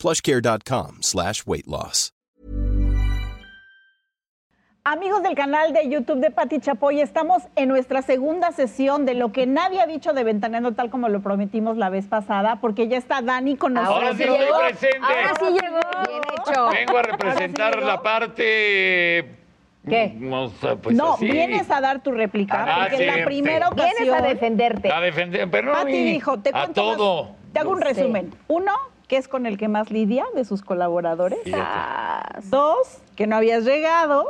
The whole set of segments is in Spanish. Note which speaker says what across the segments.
Speaker 1: plushcare.com slash weight loss.
Speaker 2: Amigos del canal de YouTube de Pati Chapoy, estamos en nuestra segunda sesión de lo que nadie ha dicho de Ventaneando, tal como lo prometimos la vez pasada, porque ya está Dani con nosotros.
Speaker 3: Ahora sí estoy presente.
Speaker 4: llegó. Bien hecho.
Speaker 3: Vengo a representar la parte.
Speaker 4: ¿Qué?
Speaker 3: No, sé, pues
Speaker 2: no,
Speaker 3: así.
Speaker 2: vienes a dar tu réplica,
Speaker 3: Ah,
Speaker 2: porque en
Speaker 3: sí,
Speaker 2: la primera
Speaker 3: sí.
Speaker 4: Vienes a
Speaker 2: ocasión,
Speaker 4: defenderte.
Speaker 3: A defender, pero no a
Speaker 2: Pati
Speaker 3: mí,
Speaker 2: dijo, te
Speaker 3: A
Speaker 2: cuento más-
Speaker 3: todo.
Speaker 2: te hago un
Speaker 4: Lo sé.
Speaker 2: resumen. Uno, que es con el que más lidia de sus colaboradores.
Speaker 4: Ah,
Speaker 2: Dos, que no habías llegado.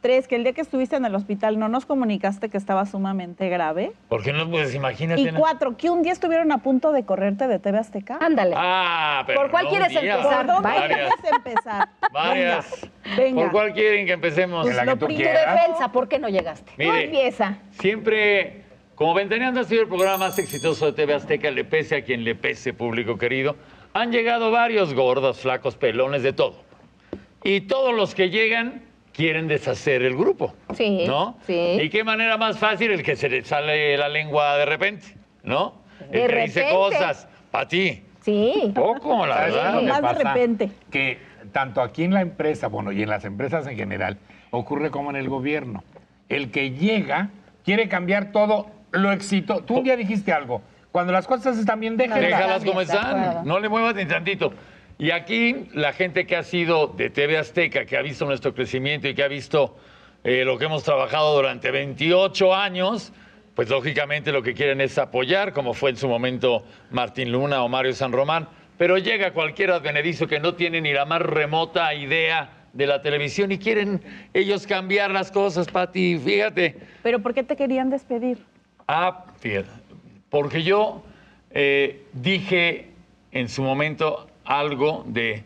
Speaker 2: Tres, que el día que estuviste en el hospital no nos comunicaste que estaba sumamente grave.
Speaker 3: Porque no, pues imagínate.
Speaker 2: Y
Speaker 3: na-
Speaker 2: cuatro, que un día estuvieron a punto de correrte de TV Azteca.
Speaker 4: Ándale.
Speaker 3: Ah, pero
Speaker 4: ¿Por cuál
Speaker 3: no
Speaker 4: quieres
Speaker 3: digas.
Speaker 4: empezar?
Speaker 2: ¿Por dónde
Speaker 3: Varias.
Speaker 2: quieres empezar?
Speaker 3: Varias.
Speaker 2: Venga.
Speaker 3: ¿Por cuál quieren que empecemos?
Speaker 2: Pues
Speaker 3: En la
Speaker 2: lo
Speaker 3: que tú
Speaker 2: primero.
Speaker 4: tu
Speaker 3: quieras.
Speaker 4: defensa, ¿por qué no llegaste?
Speaker 3: Mire.
Speaker 4: No empieza.
Speaker 3: Siempre, como Ventaneando ha sido el programa más exitoso de TV Azteca, le pese a quien le pese, público querido, han llegado varios gordos, flacos, pelones, de todo. Y todos los que llegan quieren deshacer el grupo.
Speaker 4: Sí,
Speaker 3: ¿No?
Speaker 4: sí.
Speaker 3: ¿Y qué manera más fácil el que se le sale la lengua de repente? ¿No?
Speaker 4: De
Speaker 3: el que dice
Speaker 4: repente.
Speaker 3: cosas. Para ti.
Speaker 4: Sí.
Speaker 3: Poco, la
Speaker 5: ¿Sabes
Speaker 3: verdad.
Speaker 5: qué
Speaker 2: Más
Speaker 5: me
Speaker 2: de repente.
Speaker 5: Que tanto aquí en la empresa, bueno, y en las empresas en general, ocurre como en el gobierno. El que llega quiere cambiar todo, lo excitó. Tú un día dijiste algo. Cuando las cosas están bien, déjenlas.
Speaker 3: Déjalas como
Speaker 4: de acuerdo.
Speaker 3: están, no le muevas ni tantito. Y aquí la gente que ha sido de TV Azteca, que ha visto nuestro crecimiento y que ha visto eh, lo que hemos trabajado durante 28 años, pues lógicamente lo que quieren es apoyar, como fue en su momento Martín Luna o Mario San Román. Pero llega cualquier advenedizo que no tiene ni la más remota idea de la televisión y quieren ellos cambiar las cosas, Pati. Fíjate,
Speaker 2: Pero ¿por qué te querían despedir?
Speaker 3: Ah, fíjate. Porque yo eh, dije en su momento algo de,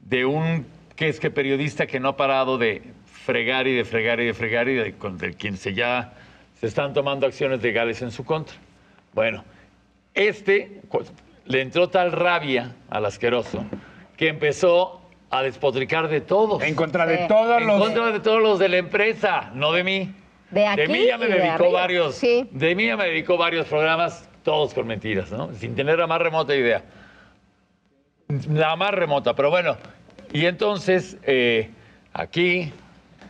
Speaker 3: de un que es que periodista que no ha parado de fregar y de fregar y de fregar y de, con- de quien se ya se están tomando acciones legales en su contra. Bueno, este cu- le entró tal rabia al asqueroso que empezó a despotricar de todos.
Speaker 5: En contra de
Speaker 4: Sí.
Speaker 5: todos
Speaker 3: En
Speaker 5: los.
Speaker 3: contra de todos los de la empresa, no de mí.
Speaker 4: De aquí
Speaker 3: mí ya me
Speaker 4: y de
Speaker 3: dedicó
Speaker 4: arriba.
Speaker 3: varios.
Speaker 4: Sí.
Speaker 3: De mí ya me dedicó varios programas, todos con mentiras, ¿no? Sin tener la más remota idea. La más remota, pero bueno. Y entonces, eh, aquí,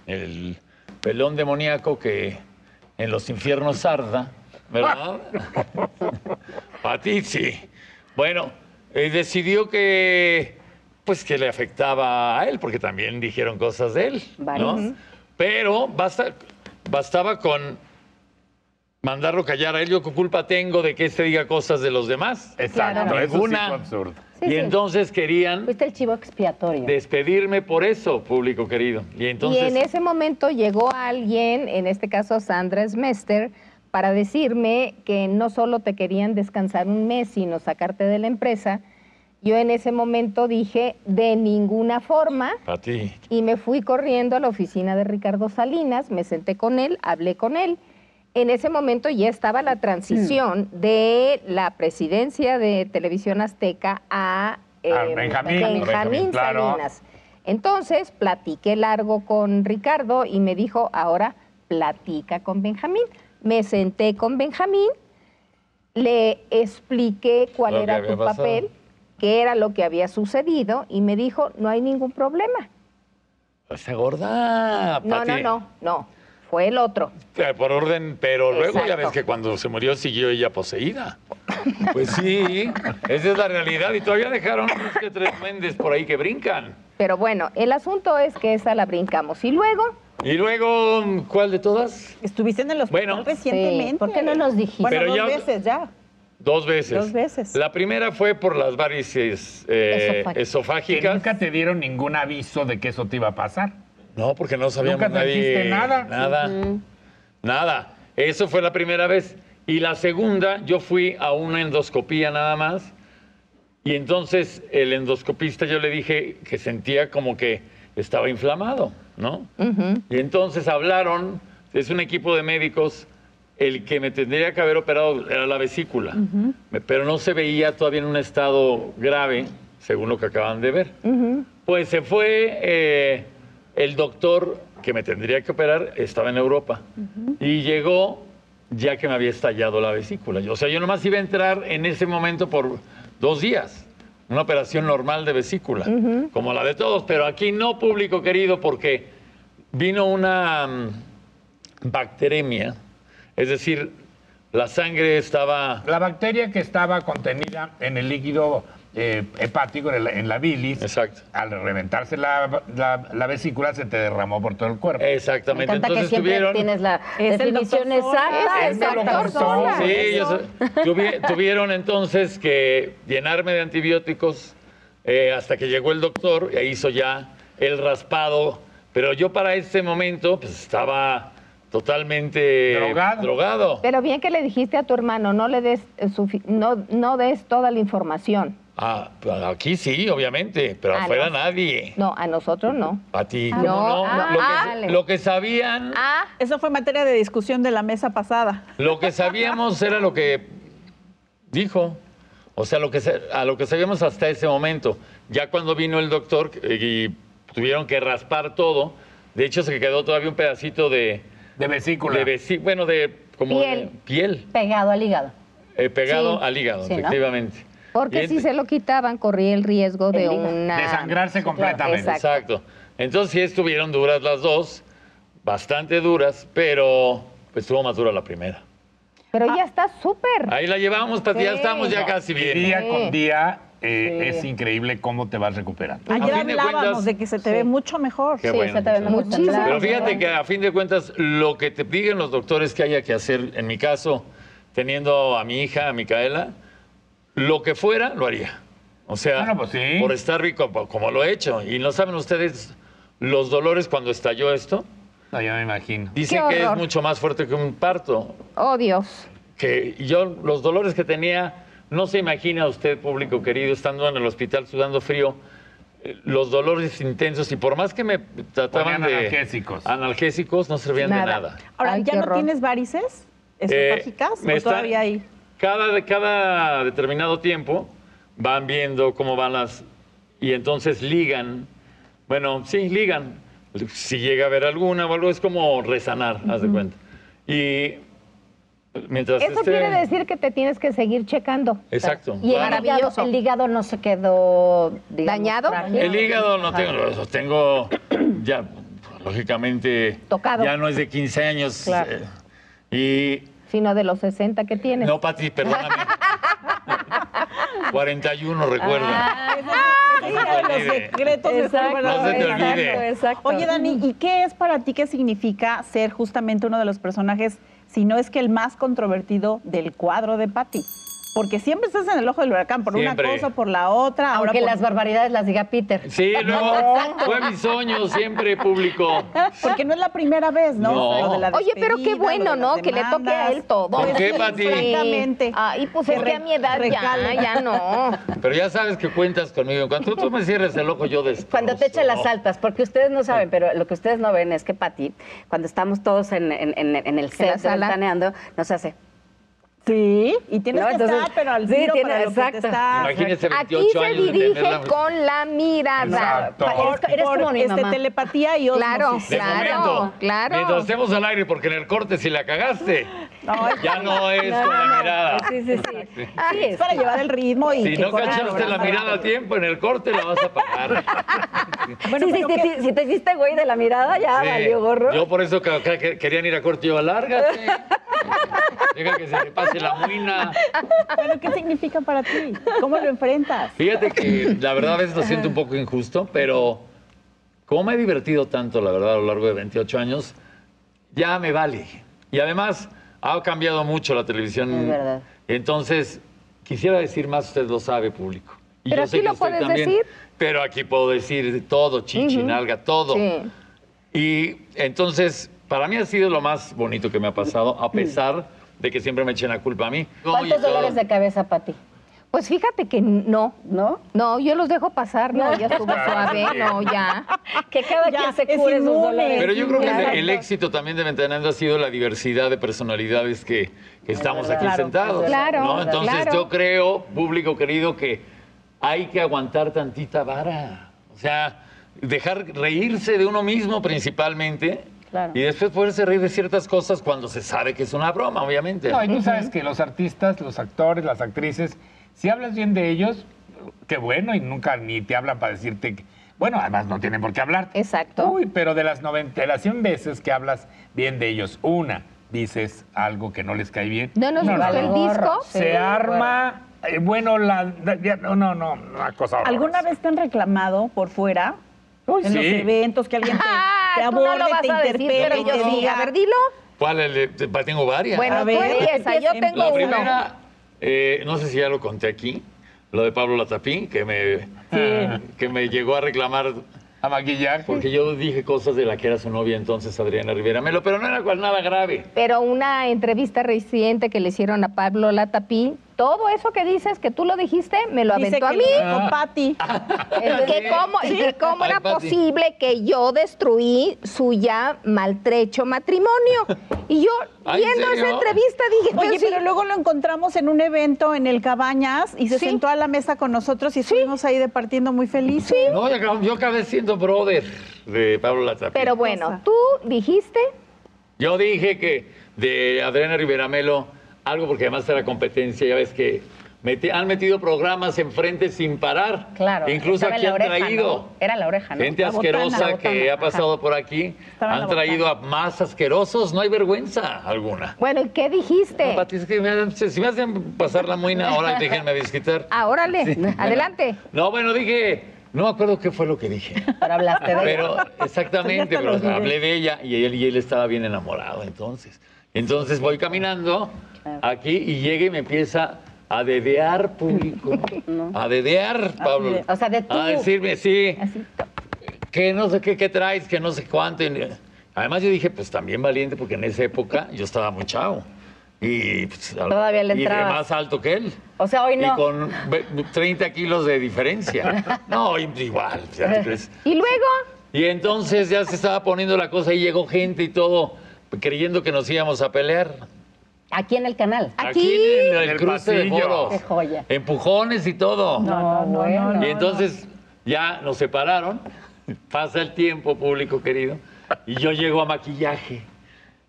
Speaker 3: el pelón demoníaco que en los infiernos arda, ¿verdad? Patici. Bueno, eh, decidió que pues que le afectaba a él, porque también dijeron cosas de él. ¿no?
Speaker 4: Varias.
Speaker 3: Pero basta, bastaba con mandarlo callar a él. Yo qué culpa tengo de que éste diga cosas de los demás.
Speaker 5: Exacto.
Speaker 4: Claro.
Speaker 5: Eso sí fue
Speaker 3: Ninguna.
Speaker 5: absurdo.
Speaker 4: Sí,
Speaker 3: y
Speaker 4: sí.
Speaker 3: entonces
Speaker 6: Pues-
Speaker 3: querían
Speaker 4: Fuiste el chivo expiatorio.
Speaker 3: despedirme por eso, público querido. Y entonces.
Speaker 7: y en ese momento llegó alguien, en este caso Sandra Smester, para decirme que no solo te querían descansar un mes, sino sacarte de la empresa. Yo en ese momento dije, de ninguna forma,
Speaker 3: Para ti.
Speaker 7: y me fui corriendo a la oficina de Ricardo Salinas, me senté con él, hablé con él. En ese momento ya estaba la transición de la presidencia de Televisión Azteca a, eh,
Speaker 5: A Benjamín.
Speaker 7: Benjamín
Speaker 5: Benjamín, claro.
Speaker 7: Salinas. Entonces, platiqué largo con Ricardo y me dijo, ahora platica con Benjamín. Me senté con Benjamín, le expliqué cuál
Speaker 6: Lo que
Speaker 7: era
Speaker 6: había
Speaker 7: tu
Speaker 6: pasado.
Speaker 7: papel, qué era lo que había sucedido y me dijo, no hay ningún problema.
Speaker 3: Pues Está gorda.
Speaker 7: No, no,
Speaker 3: Pati.
Speaker 7: no, no, fue el otro.
Speaker 8: Eh, Por orden, pero luego ya
Speaker 7: Exacto.
Speaker 8: ves que cuando se murió siguió ella poseída.
Speaker 3: Pues sí, esa es la realidad. Y todavía dejaron unos que tres Méndez por ahí que brincan.
Speaker 7: Pero bueno, el asunto es que esa la brincamos. Y luego...
Speaker 3: Y luego, ¿cuál de todas?
Speaker 2: Estuviste en el hospital
Speaker 3: Bueno.
Speaker 2: recientemente.
Speaker 7: Sí, ¿por qué no nos dijiste?
Speaker 2: Bueno,
Speaker 3: Pero
Speaker 2: dos
Speaker 3: ya-
Speaker 2: veces ya.
Speaker 3: Dos veces.
Speaker 2: Dos veces.
Speaker 3: La primera fue por las varices eh, esofágicas.
Speaker 5: Nunca te dieron ningún aviso de que eso te iba a pasar.
Speaker 8: No, porque no sabíamos
Speaker 5: Nunca te
Speaker 8: nadie-
Speaker 5: dijiste nada.
Speaker 8: Nada.
Speaker 5: Ujú.
Speaker 3: Nada. Eso fue la primera vez. Y la segunda, yo fui a una endoscopía nada más. Y entonces el endoscopista yo le dije que sentía como que estaba inflamado, ¿no? Y entonces hablaron, es un equipo de médicos, el que me tendría que haber operado era la vesícula, Me- pero no se veía todavía en un estado grave, según lo que acaban de ver. Pues se fue eh, el doctor que me tendría que operar, estaba en Europa, y llegó ya que me había estallado la vesícula. Yo- O sea, yo nomás iba a entrar en ese momento por dos días, una operación normal de vesícula,
Speaker 8: Ujú.
Speaker 3: como la de todos, pero aquí no, público querido, porque vino una mm, bacteremia, es decir, la sangre estaba...
Speaker 5: La bacteria que estaba contenida en el líquido eh, hepático, en, el- en la bilis, al reventarse la, la- la vesícula se te derramó por todo el cuerpo.
Speaker 4: Me
Speaker 3: Exactamente.
Speaker 4: encanta que siempre tienes la
Speaker 2: el
Speaker 4: definición
Speaker 2: doctor Sola.
Speaker 4: exacta.
Speaker 2: Es el
Speaker 4: exacta.
Speaker 2: doctor Sola.
Speaker 3: Sí, ellos tuvi- tuvieron entonces que llenarme de antibióticos eh, hasta que llegó el doctor y ahí hizo ya el raspado. Pero yo para ese momento pues, estaba totalmente
Speaker 5: Drogado.
Speaker 3: drogado.
Speaker 7: Pero bien que le dijiste a tu hermano, no le des, eh, sufi- no, no des toda la información.
Speaker 3: Ah, aquí sí, obviamente, pero
Speaker 7: Ah,
Speaker 3: afuera
Speaker 7: no.
Speaker 3: nadie.
Speaker 7: No, a nosotros no.
Speaker 3: A ti,
Speaker 7: Ah,
Speaker 3: ¿cómo no?
Speaker 7: no, ah,
Speaker 3: lo, que,
Speaker 7: vale.
Speaker 3: lo que sabían,
Speaker 7: Ah,
Speaker 2: Eso fue materia de discusión de la mesa pasada.
Speaker 3: lo que sabíamos era lo que dijo. O sea, lo que, sa- a lo que sabíamos hasta ese momento. Ya cuando vino el doctor eh, y tuvieron que raspar todo, de hecho se quedó todavía un pedacito de...
Speaker 5: De vesícula.
Speaker 3: De vesí- bueno, de como de
Speaker 7: Piel.
Speaker 3: piel
Speaker 7: Pegado al hígado.
Speaker 3: eh, pegado
Speaker 7: Sí.
Speaker 3: al hígado,
Speaker 7: Sí, ¿no?
Speaker 3: efectivamente.
Speaker 7: Porque
Speaker 3: Y
Speaker 7: si
Speaker 3: ent-
Speaker 7: se lo quitaban, corría el riesgo de una...
Speaker 5: Desangrarse
Speaker 7: completamente.
Speaker 3: Exacto. Entonces sí estuvieron duras las dos, bastante duras, pero pues, estuvo más dura la primera.
Speaker 7: Pero ya está súper.
Speaker 3: Ahí la llevamos, Pati, ya estamos ya casi bien.
Speaker 5: Día con día eh,
Speaker 7: Sí.
Speaker 5: es increíble cómo te vas recuperando.
Speaker 2: Ayer
Speaker 3: A fin de
Speaker 2: hablábamos
Speaker 3: cuentas-
Speaker 2: de que se te ve mucho mejor.
Speaker 3: Qué bueno.
Speaker 2: Muchísimo.
Speaker 3: Pero fíjate que a fin de cuentas, lo que te digan los doctores que haya que hacer, en mi caso, teniendo a mi hija, a Micaela, lo que fuera, lo haría. O sea, por estar rico, po- como lo he hecho. Y no saben ustedes los dolores cuando estalló esto.
Speaker 5: No, ya me imagino.
Speaker 3: Dicen
Speaker 7: Qué
Speaker 3: que es
Speaker 7: horror.
Speaker 3: mucho más fuerte que un parto.
Speaker 7: Oh, Dios.
Speaker 3: que yo los dolores que tenía, no se imagina usted, público querido, estando en el hospital sudando frío, eh, los dolores intensos y por más que me trataban
Speaker 5: Ponían
Speaker 3: de
Speaker 5: analgésicos.
Speaker 3: analgésicos, no servían de nada.
Speaker 2: Ahora,
Speaker 3: Ay,
Speaker 2: ¿ya
Speaker 3: qué
Speaker 2: no
Speaker 3: horror.
Speaker 2: tienes varices
Speaker 3: Eh,
Speaker 2: esofágicas
Speaker 3: me
Speaker 2: o
Speaker 3: está-
Speaker 2: todavía hay?
Speaker 3: Cada, cada determinado tiempo van viendo cómo van las y entonces ligan, bueno, sí, ligan. Si llega a haber alguna o algo, es como resanar, haz de cuenta. Y mientras
Speaker 7: Eso
Speaker 4: Este,
Speaker 3: esté-
Speaker 7: quiere decir que te tienes que seguir checando.
Speaker 3: Exacto.
Speaker 4: Y el
Speaker 3: Claro.
Speaker 4: hígado, el hígado no se quedó dañado.
Speaker 3: El hígado no tengo, lo tengo ya, lógicamente,
Speaker 7: Tocado.
Speaker 3: ya no es de 15 años.
Speaker 7: Claro.
Speaker 3: eh, y,
Speaker 7: Sino de los 60 que tienes.
Speaker 3: no, Pati, perdóname. 41,
Speaker 2: Ah.
Speaker 3: recuerda.
Speaker 7: pues,
Speaker 2: Ese era de los secretos de
Speaker 3: Exacto,
Speaker 2: Harvard.
Speaker 3: no se te olvide.
Speaker 2: Oye, Dani, ¿y qué es para ti que significa ser justamente uno de los personajes, si no es que el más controvertido del cuadro de Patty? Porque siempre estás en el ojo del huracán, por
Speaker 3: Siempre.
Speaker 2: una cosa, por la otra. Ahora
Speaker 4: Aunque
Speaker 2: por-
Speaker 4: las barbaridades las diga Peter.
Speaker 3: Sí, luego fue mi sueño siempre, público.
Speaker 2: Porque no es la primera vez, ¿no?
Speaker 3: No.
Speaker 2: Lo de la
Speaker 7: Oye, pero qué
Speaker 2: despedida, lo
Speaker 7: bueno,
Speaker 2: de
Speaker 7: ¿no?
Speaker 2: las
Speaker 7: Que le toque a
Speaker 2: demandas.
Speaker 7: él todo.
Speaker 3: ¿Por qué, Pati?
Speaker 7: Francamente.
Speaker 6: Ah.
Speaker 7: Ay, pues es que a mi edad ya, ya no.
Speaker 3: Pero ya sabes que cuentas conmigo. Cuando tú me cierres el ojo, yo después.
Speaker 4: Cuando te echa las altas, porque ustedes no saben, pero lo que ustedes no ven es que Pati, cuando estamos todos en, en- en- en el set
Speaker 7: sala.
Speaker 4: ventaneando, nos hace.
Speaker 2: Sí, y tienes
Speaker 7: No,
Speaker 2: que
Speaker 7: entonces,
Speaker 2: estar, pero al
Speaker 7: sí,
Speaker 2: tiro
Speaker 7: tiene-
Speaker 2: para lo que
Speaker 7: exacto.
Speaker 2: te está.
Speaker 3: Imagínese
Speaker 7: Aquí
Speaker 3: 28
Speaker 7: se
Speaker 3: años de
Speaker 7: dirige
Speaker 3: tenerla.
Speaker 7: con la mirada.
Speaker 3: Exacto.
Speaker 7: Eres- eres
Speaker 2: Por
Speaker 7: como mi
Speaker 2: este,
Speaker 7: mamá.
Speaker 2: telepatía y osmosis.
Speaker 7: Claro,
Speaker 3: De
Speaker 7: claro,
Speaker 3: momento, Mientras
Speaker 7: claro.
Speaker 3: estemos al aire, porque en el corte si la cagaste, ya no es
Speaker 2: no,
Speaker 3: con
Speaker 2: no.
Speaker 3: la mirada.
Speaker 2: Sí, sí, sí.
Speaker 3: Sí.
Speaker 2: Sí, es para llevar el ritmo y
Speaker 3: Si
Speaker 2: que
Speaker 3: no
Speaker 2: corra el
Speaker 3: cachaste la
Speaker 2: programa
Speaker 3: mirada a tiempo, en el corte la vas a pagar.
Speaker 4: Sí, sí, sí, sí, si te hiciste güey de la mirada, ya
Speaker 7: Ah,
Speaker 3: Sí.
Speaker 4: valió gorro.
Speaker 3: Eh, Yo por eso ca- ca- que- querían ir a corte y yo, alárgate. Deja que se le pase la muina.
Speaker 2: Bueno, ¿qué significa para ti? ¿Cómo lo enfrentas?
Speaker 3: Fíjate que la verdad es lo siento un poco injusto, pero como me he divertido tanto, la verdad, a lo largo de 28 años, ya me vale. Y además, ha cambiado mucho la televisión.
Speaker 7: Es verdad.
Speaker 3: Entonces, quisiera decir más, usted lo sabe, público. Y
Speaker 7: Pero
Speaker 3: yo sé
Speaker 7: aquí
Speaker 3: que
Speaker 7: lo
Speaker 3: usted
Speaker 7: puedes
Speaker 3: también,
Speaker 7: decir.
Speaker 3: Pero aquí puedo decir todo, chichi,
Speaker 7: Ujú.
Speaker 3: nalga, todo.
Speaker 7: Sí.
Speaker 3: Y entonces, para mí ha sido lo más bonito que me ha pasado, a pesar de que siempre me echen la culpa a mí.
Speaker 7: ¿Cuántos dolores de cabeza para ti? Pues fíjate que no. ¿No? No, yo los dejo pasar. No, ya estuvo suave. No, ya.
Speaker 4: Que cada quien se cure sus dolores.
Speaker 3: Pero yo creo que
Speaker 4: Claro.
Speaker 3: el, el éxito también de Ventanando ha sido la diversidad de personalidades que, que estamos aquí
Speaker 4: Claro,
Speaker 3: sentados.
Speaker 4: es verdad.
Speaker 3: ¿no?
Speaker 4: Claro,
Speaker 3: Entonces
Speaker 4: claro.
Speaker 3: yo creo, público querido, que hay que aguantar tantita vara. O sea, dejar reírse de uno mismo principalmente. Y después poderse reír de ciertas cosas cuando se sabe que es una broma, obviamente.
Speaker 5: No, y tú sabes que los artistas, los actores, las
Speaker 3: Pues,
Speaker 5: actrices, si hablas bien de ellos, qué bueno, y nunca ni te hablan para decirte que. Bueno, además no tienen por qué hablarte. Exacto. Uy, pero de las 90, de las 100 veces que hablas bien de ellos, una dices algo que no les cae bien.
Speaker 7: No nos gustó el disco.
Speaker 5: Se
Speaker 7: Sí,
Speaker 5: arma, eh, bueno, la, da- ya- no, no, no, una cosa horrorosa.
Speaker 2: ¿Alguna vez te han reclamado por fuera? en
Speaker 5: sí.
Speaker 2: los eventos que alguien te, te
Speaker 7: Ah, tú no lo
Speaker 2: aborde,
Speaker 7: vas
Speaker 2: te
Speaker 7: a decir,
Speaker 2: interpela
Speaker 7: pero
Speaker 2: y
Speaker 7: yo
Speaker 2: te
Speaker 7: sí.
Speaker 2: diga.
Speaker 7: A ver, dilo.
Speaker 3: ¿Cuál? El de- te- tengo varias.
Speaker 7: Bueno, A tú ver. empieza, yo tengo
Speaker 3: La
Speaker 7: uno.
Speaker 3: primera, eh, no sé si ya lo conté aquí, lo de Pablo Latapín, que me, que me llegó a reclamar.
Speaker 5: A maquillar.
Speaker 3: Porque yo dije cosas de la que era su novia entonces, Adriana Rivera Melo, pero no era cual nada grave.
Speaker 7: Pero una entrevista reciente que le hicieron a Pablo Latapí, todo eso que dices, que tú lo dijiste, me lo
Speaker 2: Dice
Speaker 7: aventó a
Speaker 2: que
Speaker 7: mí.
Speaker 2: le
Speaker 3: Ah.
Speaker 2: dijo Pati.
Speaker 7: Y que cómo, y que cómo
Speaker 2: Ay,
Speaker 7: era
Speaker 2: Pati.
Speaker 7: posible que yo destruí su ya maltrecho matrimonio. Y yo,
Speaker 2: Ay, ¿en
Speaker 7: viendo esa
Speaker 2: serio?
Speaker 7: entrevista, dije,
Speaker 2: Oye,
Speaker 7: pues sí,
Speaker 2: pero luego lo encontramos en un evento en el Cabañas y se sentó a la mesa con nosotros y estuvimos ahí departiendo muy felices.
Speaker 3: No, yo, acabo- yo acabé siendo brother de Pablo Latapín.
Speaker 7: pero bueno, tú dijiste,
Speaker 3: Yo dije que de Adriana Rivera Melo, algo porque además era competencia, ya ves que meti- han metido programas enfrente sin parar.
Speaker 4: Claro.
Speaker 3: Incluso
Speaker 4: estaba en
Speaker 3: aquí
Speaker 4: la
Speaker 3: han
Speaker 4: oreja,
Speaker 3: traído.
Speaker 4: ¿no? Era la oreja, ¿no?
Speaker 3: Gente
Speaker 4: La botana,
Speaker 3: asquerosa
Speaker 4: la botana,
Speaker 3: que ha
Speaker 4: ajá.
Speaker 3: pasado por aquí.
Speaker 4: Estaba en
Speaker 3: han
Speaker 4: la
Speaker 3: traído a más asquerosos. No hay vergüenza alguna.
Speaker 7: bueno, ¿y qué dijiste?
Speaker 3: No, Pati, es que me hacen- si me hacen pasar la muina, ahora déjenme disquitar.
Speaker 7: Ah, órale, adelante.
Speaker 3: No, bueno, dije. No me acuerdo qué fue lo que dije.
Speaker 4: Pero hablaste de
Speaker 3: Pero, exactamente,
Speaker 4: Ya te lo
Speaker 3: pero
Speaker 4: olvidé.
Speaker 3: hablé de ella y él, y él estaba bien enamorado entonces. Entonces voy caminando aquí y llega y me empieza a dedear público. A dedear, Pablo.
Speaker 4: O sea, de tú.
Speaker 3: A decirme, sí. Que no sé qué, qué traes, que no sé cuánto. y- Además yo dije, pues también valiente, porque en esa época yo estaba muy chavo. Y pues, al-
Speaker 4: Todavía le
Speaker 3: y de
Speaker 4: entrabas.
Speaker 3: más alto que él.
Speaker 4: O sea, hoy
Speaker 3: Y
Speaker 4: no.
Speaker 3: con ve- 30 kilos de diferencia. No, hoy igual. ya te crees.
Speaker 7: Y luego,
Speaker 3: Y entonces ya se estaba poniendo la cosa y llegó gente y todo, creyendo que nos íbamos a pelear.
Speaker 4: Aquí en el canal.
Speaker 3: en el, cruce de
Speaker 4: pasillo.
Speaker 3: foros.
Speaker 4: Qué joya.
Speaker 3: Empujones y todo.
Speaker 4: No, no, bueno.
Speaker 3: y entonces ya nos separaron. Pasa el tiempo, público querido. Y yo llego a maquillaje.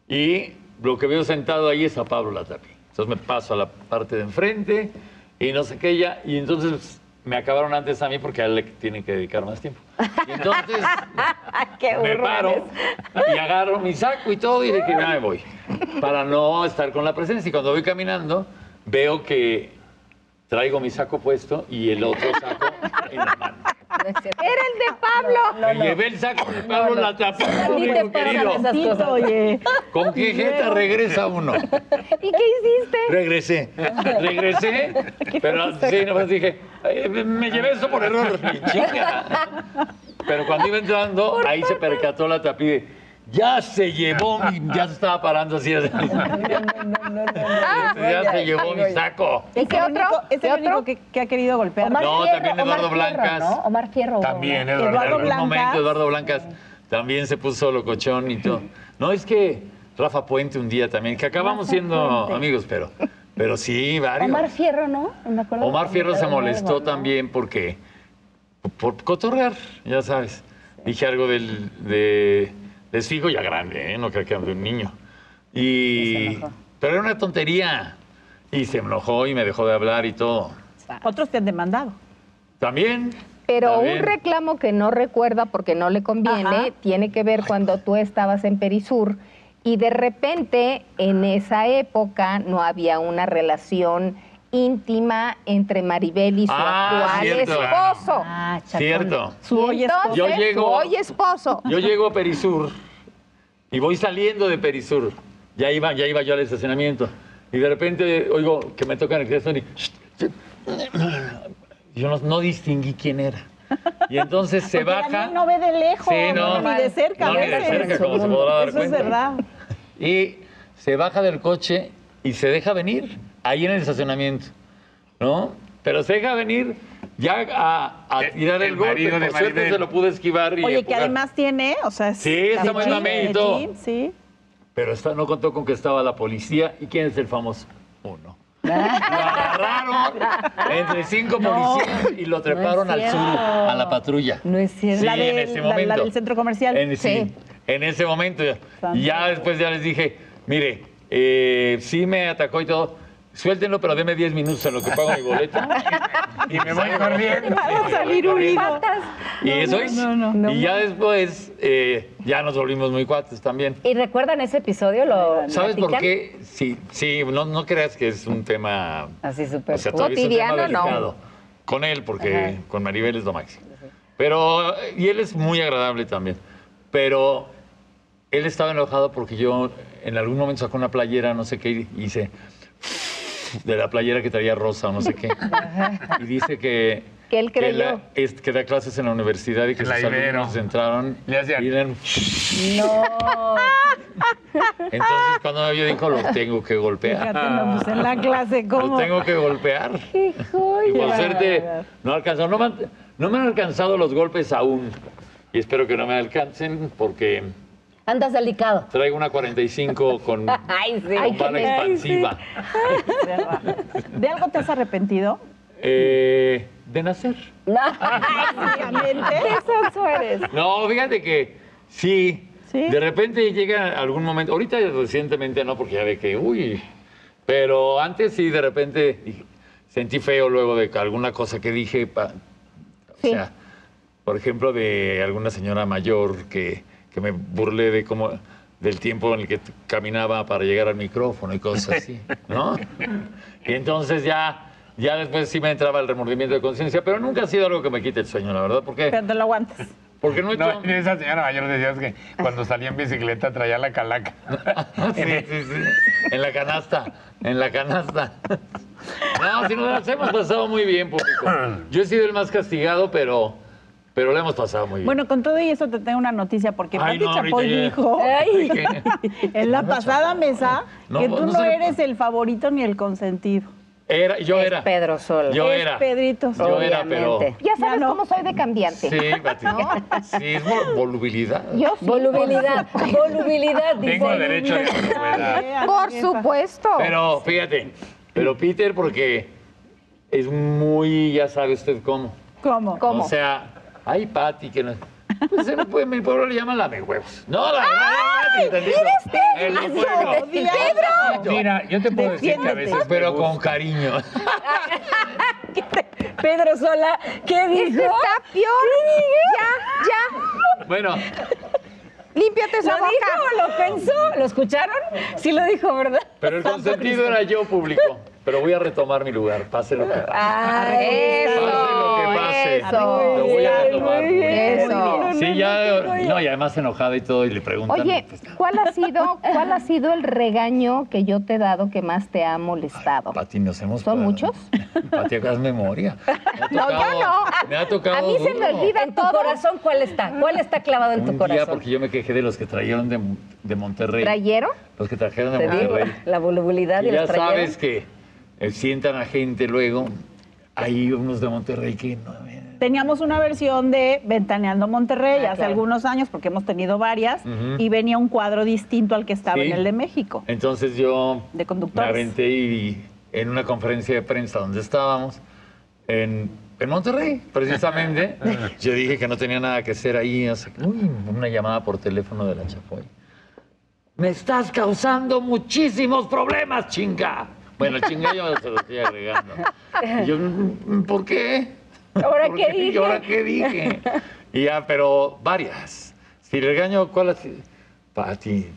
Speaker 3: Y lo que veo sentado ahí es a Pablo Latapi. Entonces me paso a la parte de enfrente y no sé qué ya. Y entonces me acabaron antes a mí porque a él le tienen que dedicar más tiempo. entonces.
Speaker 4: Qué
Speaker 3: me
Speaker 4: burro eres.
Speaker 3: paro y agarro mi saco y todo y de que ya me voy. Para no estar con la presencia. Y cuando voy caminando, veo que traigo mi saco puesto y el otro saco.
Speaker 7: era el de Pablo.
Speaker 3: me llevé el saco de Pablo la tapé. público querido.
Speaker 2: Oye.
Speaker 3: ¿Con qué jeta regresa uno?
Speaker 7: ¿Y qué hiciste?
Speaker 3: Regresé. Regresé. Pero sí, nomás dije, "Ay, me- me llevé eso por error. Y chinga. Pero cuando iba entrando, ahí se percató la tapí de, Ya se llevó mi. Ya se estaba parando así. así. ya se llevó mi saco.
Speaker 2: ¿Es el único, es el único que, que ha querido golpear.
Speaker 3: Omar No, Fierro, también Eduardo Omar Fierro, Blancas. ¿no?
Speaker 2: Omar Fierro.
Speaker 3: También, Eduardo, en algún momento Eduardo Blancas también se puso locochón y todo. No, es que Rafa Puente un día también, que acabamos siendo amigos, pero Pero sí, varios.
Speaker 6: Omar Fierro, ¿no? Me acuerdo que
Speaker 3: Omar Fierro se
Speaker 6: comentaron
Speaker 3: molestó
Speaker 6: algo, ¿no?
Speaker 3: también porque por cotorrear, ya sabes. Dije algo del de desfijo ya grande, ¿eh? no creo que era de un niño. Y pero era una tontería y se enojó y me dejó de hablar y todo.
Speaker 2: Otros te han demandado.
Speaker 3: También
Speaker 7: Pero
Speaker 3: Está
Speaker 7: un
Speaker 3: bien.
Speaker 7: reclamo que no recuerda porque no le conviene tiene que ver cuando tú estabas en Perisur y de repente en esa época no había una relación íntima entre Maribel y su
Speaker 3: Ah,
Speaker 7: actual
Speaker 3: cierto.
Speaker 7: esposo.
Speaker 6: Ah,
Speaker 2: Ah,
Speaker 3: Cierto.
Speaker 7: Su hoy esposo.
Speaker 3: Yo
Speaker 7: Su
Speaker 3: llego-
Speaker 7: hoy esposo.
Speaker 3: Yo llego a Perisur y voy saliendo de Perisur. Ya iba, ya iba yo al estacionamiento. Y de repente oigo que me tocan el teléfono y "Shh, shh". yo no, no distinguí quién era. Y entonces se
Speaker 2: Porque
Speaker 3: baja
Speaker 2: Daniel no ve de lejos,
Speaker 3: Sí, no.
Speaker 2: ni de cerca.
Speaker 3: No,
Speaker 2: a
Speaker 3: ni de
Speaker 2: veces.
Speaker 3: cerca, como se podrá dar
Speaker 2: Eso
Speaker 3: cuenta.
Speaker 2: es verdad.
Speaker 3: y se baja del coche y se deja venir ahí en el estacionamiento, ¿no? Pero se deja venir ya a, a tirar el,
Speaker 2: Eh, el
Speaker 3: golpe.
Speaker 2: marido
Speaker 3: Por
Speaker 2: de
Speaker 3: suerte
Speaker 2: Maribel.
Speaker 3: se lo pude esquivar y
Speaker 2: Oye, que
Speaker 3: empujar.
Speaker 2: además tiene, o sea, es
Speaker 3: Sí, está
Speaker 2: de
Speaker 3: muy
Speaker 2: gym,
Speaker 3: mamey y
Speaker 2: de
Speaker 3: todo.
Speaker 2: gym, Sí.
Speaker 3: Pero esta no contó con que estaba la policía. ¿Y quién es el famoso? Uno. Entre cinco policías y lo treparon al sur, a la patrulla.
Speaker 6: No es cierto.
Speaker 3: Sí,
Speaker 2: la,
Speaker 3: en
Speaker 2: del-
Speaker 3: ese
Speaker 2: la- la
Speaker 3: momento.
Speaker 2: del centro comercial.
Speaker 3: En, sí, en ese momento. Y ya después ya les dije, mire, eh, sí me atacó y todo. Suéltenlo, pero deme 10 minutos en lo que pago mi boleto. y me voy corriendo.
Speaker 2: Vas a salir
Speaker 3: corriendo.
Speaker 2: unido.
Speaker 3: Y eso
Speaker 6: No, no,
Speaker 3: es.
Speaker 6: no, no.
Speaker 3: Y ya después, eh, ya nos volvimos muy cuates también.
Speaker 6: ¿Y recuerdan ese episodio? ¿Lo
Speaker 3: ¿Sabes por
Speaker 6: platican?
Speaker 3: qué? Sí, sí, no, no creas que es un tema.
Speaker 6: Así súper
Speaker 3: o sea, todavía es un
Speaker 6: cotidiano,
Speaker 3: tema
Speaker 6: no.
Speaker 3: delicado. Con él, porque
Speaker 6: Ajá.
Speaker 3: con Maribel es lo máximo. Pero, y él es muy agradable también. Pero él estaba enojado porque yo en algún momento sacó una playera, no sé qué, y hice de la playera que traía rosa o no sé qué. Y dice que.
Speaker 7: Que él creyó.
Speaker 3: la- es- que da clases en la universidad y que
Speaker 5: En la
Speaker 3: sus
Speaker 5: Ibero.
Speaker 3: alumnos entraron y eran-
Speaker 6: No.
Speaker 3: Entonces cuando me vio dijo, lo tengo que golpear.
Speaker 2: Fíjate, no, pues en la clase, ¿cómo?
Speaker 3: Lo tengo que golpear.
Speaker 2: ¡Qué joya!
Speaker 3: Y por suerte no alcanzó. No me, han, no me han alcanzado los golpes aún. Y espero que no me alcancen porque
Speaker 6: Andas delicado.
Speaker 3: traigo una 45 con, con
Speaker 6: Ay, sí.
Speaker 3: bala expansiva.
Speaker 2: ¿De algo te has arrepentido?
Speaker 3: Eh, de nacer.
Speaker 6: No.
Speaker 2: Básicamente.
Speaker 6: sonso eres?
Speaker 3: No, fíjate que sí. De repente llega algún momento. Ahorita recientemente no, porque ya ve que, uy. Pero antes sí, de repente dije- sentí feo luego de que alguna cosa que dije. pa- O sea, por ejemplo, de alguna señora mayor que, que me burlé de cómo del tiempo en el que t- caminaba para llegar al micrófono y cosas así, ¿no? Y entonces ya, ya después sí me entraba el remordimiento de conciencia, pero nunca ha sido algo que me quite el sueño, la verdad, porque
Speaker 2: Pero te lo aguantas.
Speaker 3: Porque no he
Speaker 5: hecho... esa señora mayor decías que cuando salía en bicicleta traía la calaca.
Speaker 3: Sí, sí, sí. En la canasta, en la canasta. No, si no las hemos pasado muy bien, público. Yo he sido el más castigado, pero, pero la hemos pasado muy bien.
Speaker 2: Bueno, con todo y eso te tengo una noticia, porque
Speaker 3: Ay,
Speaker 2: Pati
Speaker 3: no, ahorita
Speaker 2: Chapoy
Speaker 3: ya.
Speaker 2: dijo
Speaker 3: Ay.
Speaker 2: en la pasada mesa
Speaker 3: No,
Speaker 2: que tú
Speaker 3: no
Speaker 2: no,
Speaker 3: se le-
Speaker 2: eres el favorito ni el consentido.
Speaker 3: Era, yo era.
Speaker 6: Pedro Sol.
Speaker 3: Yo
Speaker 2: Es
Speaker 3: era.
Speaker 2: Pedrito
Speaker 3: Yo era, pero.
Speaker 7: Ya sabes cómo soy de cambiante.
Speaker 3: Sí, Pati. Sí, es vol- volubilidad.
Speaker 7: Yo sí,
Speaker 6: Volubilidad. Volubilidad. dice.
Speaker 3: Tengo derecho de
Speaker 7: Por supuesto.
Speaker 3: Pero fíjate, pero Peter, porque es muy, ya sabe usted cómo.
Speaker 2: ¿Cómo?
Speaker 3: O sea, hay Pati que no. Pues en, pues, en mi pueblo le llaman la huevos. No, la
Speaker 5: ¡Ay!
Speaker 3: verdad, Pati, tantito. En mi pueblo.
Speaker 5: Mira, yo te puedo decir que a veces.
Speaker 3: Pero con cariño.
Speaker 6: Pedro Sola, ¿qué dijo?
Speaker 7: Este está peor. Ya,
Speaker 3: Bueno,
Speaker 7: ya. Límpiate esa
Speaker 6: ¿Lo
Speaker 7: boca.
Speaker 6: dijo o lo pensó? ¿Lo escucharon? Sí lo dijo, ¿verdad?
Speaker 3: pero el consentido era yo, público. Pero voy a retomar mi lugar, pase lo que pase.
Speaker 6: Ah,
Speaker 3: Pase lo que pase.
Speaker 7: eso.
Speaker 3: Lo voy a retomar.
Speaker 7: Eso.
Speaker 3: Sí, ya. No, y además enojada y todo, y le preguntan. pues,
Speaker 7: Oye, ¿cuál ha sido, cuál ha sido el regaño que yo te he dado que más te ha molestado?
Speaker 3: Pati, nos hemos.
Speaker 7: ¿Son muchos?
Speaker 3: Pati, hagas memoria. Me ha
Speaker 7: No, yo
Speaker 3: tocado-
Speaker 7: no.
Speaker 3: Me ha tocado.
Speaker 7: A mí se me
Speaker 3: duro.
Speaker 7: olvida
Speaker 6: ¿En tu corazón cuál está? ¿Cuál está clavado en tu
Speaker 3: Un día,
Speaker 6: corazón?
Speaker 3: porque yo me quejé de los que trajeron de, de Monterrey.
Speaker 7: ¿Trayeron?
Speaker 3: Los que trajeron de
Speaker 6: Te digo,
Speaker 3: Monterrey.
Speaker 6: la volubilidad y
Speaker 3: Y Ah, ya
Speaker 6: los trayeron.
Speaker 3: sabes que eh, sientan a gente luego. Hay unos de Monterrey que no.
Speaker 2: Teníamos una versión de Ventaneando Monterrey
Speaker 3: Ah,
Speaker 2: hace
Speaker 3: claro.
Speaker 2: algunos años, porque hemos tenido varias,
Speaker 3: Ujú.
Speaker 2: y venía un cuadro distinto al que estaba
Speaker 3: Sí.
Speaker 2: en el de México,
Speaker 3: Entonces yo
Speaker 2: de
Speaker 3: me
Speaker 2: conductores.
Speaker 3: aventé y en una conferencia de prensa donde estábamos, en, en Monterrey, precisamente. Yo dije que no tenía nada que hacer ahí. así que, uy, una llamada por teléfono de la Chapoy. Me estás causando muchísimos problemas, chinga. Bueno, chinga yo se lo estoy agregando. Y yo, "Mm, ¿por qué?
Speaker 6: ¿Ahora
Speaker 3: ¿Por
Speaker 6: qué
Speaker 3: ¿Y
Speaker 6: dije?
Speaker 3: ahora qué dije? Y ya, pero varias. Si le regaño, ¿cuál así? Pati.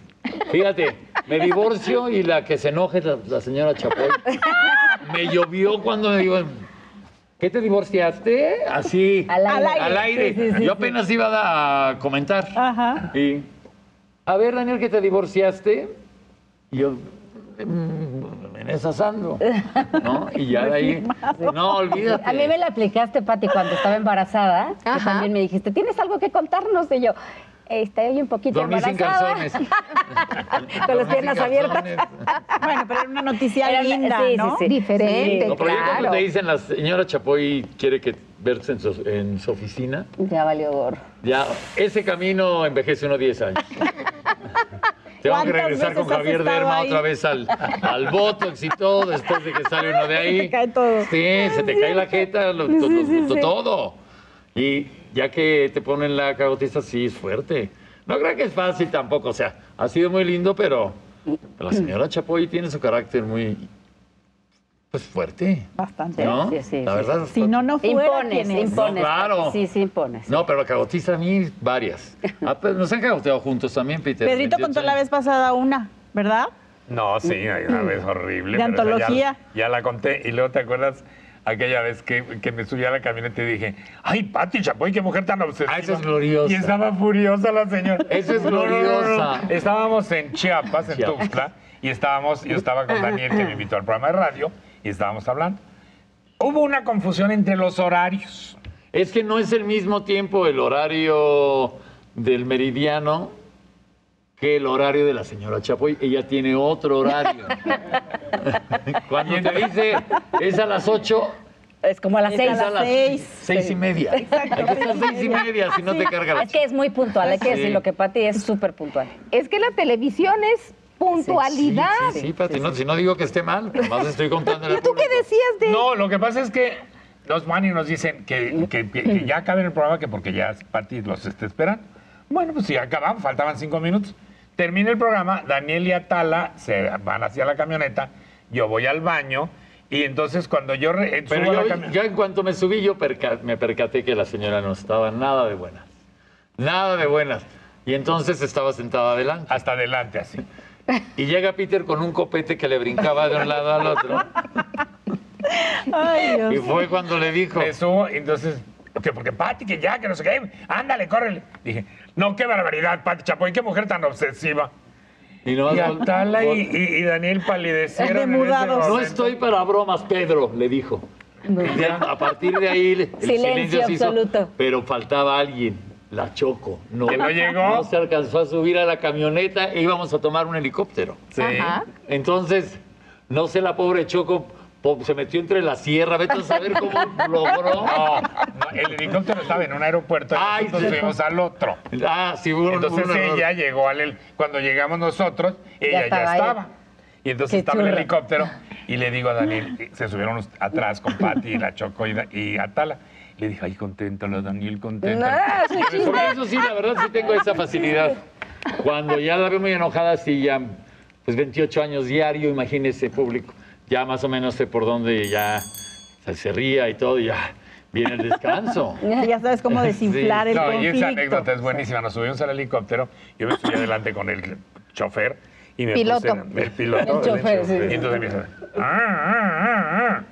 Speaker 3: Fíjate, me divorcio y la que se enoje es la, la señora Chapoy. Me llovió cuando me dijo, ¿qué te divorciaste? Así.
Speaker 6: Al aire.
Speaker 3: Al aire.
Speaker 6: Sí, sí, sí,
Speaker 3: yo
Speaker 6: sí.
Speaker 3: apenas iba a comentar. Y, a ver, Daniel, que te divorciaste. Y yo, "Mm, en esa sando. ¿No? Y ya de ahí. No, olvídate.
Speaker 6: A mí me la aplicaste, Pati, cuando estaba embarazada. que también me dijiste, ¿tienes algo que contarnos? Y yo, "Eh, estoy un poquito
Speaker 3: Dormí sin
Speaker 6: embarazada.
Speaker 3: calzones.
Speaker 6: Con las
Speaker 3: Dormí sin
Speaker 6: piernas abiertas.
Speaker 2: bueno, pero era una noticia
Speaker 6: Era-
Speaker 2: linda,
Speaker 6: sí, sí,
Speaker 2: ¿no?
Speaker 6: sí. Diferente,
Speaker 3: No, pero yo cuando te dicen la señora Chapoy quiere que verse en su, en su oficina,
Speaker 4: Ya valió gorro.
Speaker 3: ya ese camino envejece unos 10 años. Tengo que
Speaker 4: ¿Cuántas
Speaker 3: regresar con
Speaker 4: veces has
Speaker 3: Javier
Speaker 4: estado
Speaker 3: Derma
Speaker 4: ahí?
Speaker 3: otra vez al, al Botox y todo, después de que sale uno de ahí.
Speaker 2: Se te cae todo.
Speaker 3: Sí, se te cae la jeta, lo-
Speaker 2: Sí,
Speaker 3: to- to-
Speaker 2: sí,
Speaker 3: to-
Speaker 2: sí.
Speaker 3: todo. Y ya que te ponen la cagotiza, sí, es fuerte. No creo que es fácil tampoco, o sea, ha sido muy lindo, pero la señora Chapoy tiene su carácter muy, pues, fuerte.
Speaker 2: Bastante.
Speaker 3: ¿No?
Speaker 4: Sí, sí,
Speaker 3: La
Speaker 4: sí.
Speaker 3: verdad es
Speaker 2: Si no, no fuera
Speaker 4: Impones,
Speaker 2: quien es.
Speaker 4: impones.
Speaker 3: No, claro.
Speaker 4: Pati. Sí, sí, impones.
Speaker 3: No, pero la cagotiza a mí, varias. Ah, pues, nos han cagoteado juntos también, Peter.
Speaker 2: Pedrito
Speaker 3: 28
Speaker 2: contó la
Speaker 3: años.
Speaker 2: vez pasada una, ¿verdad?
Speaker 9: No, sí, hay una vez horrible.
Speaker 2: De
Speaker 9: pero esa
Speaker 2: antología.
Speaker 9: Ya, ya la conté. Y luego, ¿te acuerdas aquella vez que, que me subí a la camioneta y dije, ay, Pati Chapoy, qué mujer tan obsesiva.
Speaker 3: eso Ah, es gloriosa.
Speaker 9: Y estaba furiosa la señora.
Speaker 3: Eso es
Speaker 9: No, no, no, no.
Speaker 3: gloriosa.
Speaker 9: Estábamos en Chiapas, en
Speaker 3: Chiapas.
Speaker 9: Tuxtla, y estábamos, yo estaba con Daniel, que me invitó al programa de radio, y estábamos hablando. Hubo una confusión entre los horarios.
Speaker 3: Es que no es el mismo tiempo el horario del meridiano que el horario de la señora Chapoy. Ella tiene otro horario. Cuando te dice es a las 8,
Speaker 4: Es como a las
Speaker 3: Es
Speaker 4: seis.
Speaker 3: a las seis. Seis y media. Exacto, Hay que estar seis y seis y media. media, si no te carga la
Speaker 4: Es que es muy puntual, hay que
Speaker 3: Sí.
Speaker 4: decirlo, que Pati es súper puntual.
Speaker 7: Es que la televisión es puntualidad.
Speaker 3: sí, sí, Pati, no, si no digo que esté mal, más estoy contando la
Speaker 7: ¿Tú qué decías de
Speaker 9: No, lo que pasa es que los manis nos dicen que, que- que- que ya acaben el programa, que porque ya Pati los está esperando. Bueno, pues ya acaban, faltaban cinco minutos. Termina el programa, Daniel y Atala se van hacia la camioneta, yo voy al baño, y entonces cuando yo re- eh,
Speaker 3: Pero
Speaker 9: subo a
Speaker 3: yo,
Speaker 9: la camioneta...
Speaker 3: yo en cuanto me subí, yo perca- me percaté que la señora no estaba nada de buenas. Nada de buenas. Y entonces estaba sentada adelante.
Speaker 9: Hasta adelante, así.
Speaker 3: Y llega Peter con un copete que le brincaba de un lado al otro.
Speaker 2: Ay,
Speaker 3: Y
Speaker 2: Dios.
Speaker 3: fue cuando le dijo.
Speaker 9: Me subo, entonces, que porque Pati, que ya, que no sé qué, ándale, córrele. Dije, no, qué barbaridad, Pati Chapoy, qué mujer tan obsesiva.
Speaker 3: Y,
Speaker 9: no,
Speaker 3: nomás
Speaker 9: y
Speaker 3: vol-
Speaker 9: Atala y,
Speaker 3: vol-
Speaker 9: y- y Daniel palidecieron. en ese
Speaker 3: No
Speaker 9: momento.
Speaker 3: estoy para bromas, Pedro, le dijo. Y ya, A partir de ahí, el
Speaker 4: Silencio
Speaker 3: silencio se hizo,
Speaker 4: absoluto.
Speaker 3: pero faltaba alguien. La Choco. No,
Speaker 9: Que no llegó.
Speaker 3: No se alcanzó a subir a la camioneta e íbamos a tomar un helicóptero.
Speaker 9: Sí. Ajá.
Speaker 3: Entonces, no sé, la pobre Choco po- se metió entre la sierra. Vete a saber cómo logró.
Speaker 9: No, no, el helicóptero estaba en un aeropuerto y
Speaker 3: Ay,
Speaker 9: nosotros
Speaker 3: sí.
Speaker 9: fuimos al otro.
Speaker 3: Ah, sí, hubo un-
Speaker 9: Entonces
Speaker 3: un error.
Speaker 9: ella llegó al hel- cuando llegamos nosotros, ella ya estaba.
Speaker 4: estaba ahí.
Speaker 9: Y entonces
Speaker 4: Qué
Speaker 9: estaba el
Speaker 4: churra.
Speaker 9: helicóptero y le digo a Daniel, se subieron unos atrás con Pati y la Choco y, y Atala. Le dije, ay, conténtalo, Daniel, conténtalo.
Speaker 4: No, es un
Speaker 3: Pero
Speaker 4: chiste.
Speaker 3: Eso sí, la verdad sí tengo esa facilidad. Cuando ya la veo muy enojada, sí, ya, pues 28 años diario, imagínese, público. Ya más o menos sé por dónde ya se, se ría y todo, y ya viene el descanso.
Speaker 2: Y ya sabes cómo desinflar el
Speaker 9: No, y
Speaker 2: conflicto.
Speaker 9: esa anécdota es buenísima. Nos subimos al helicóptero, yo me subí adelante con el chofer y me
Speaker 7: Piloto.
Speaker 9: puse en- el piloto.
Speaker 4: El chofer, sí.
Speaker 9: Y entonces empieza. "Ah, ah, ah, ah.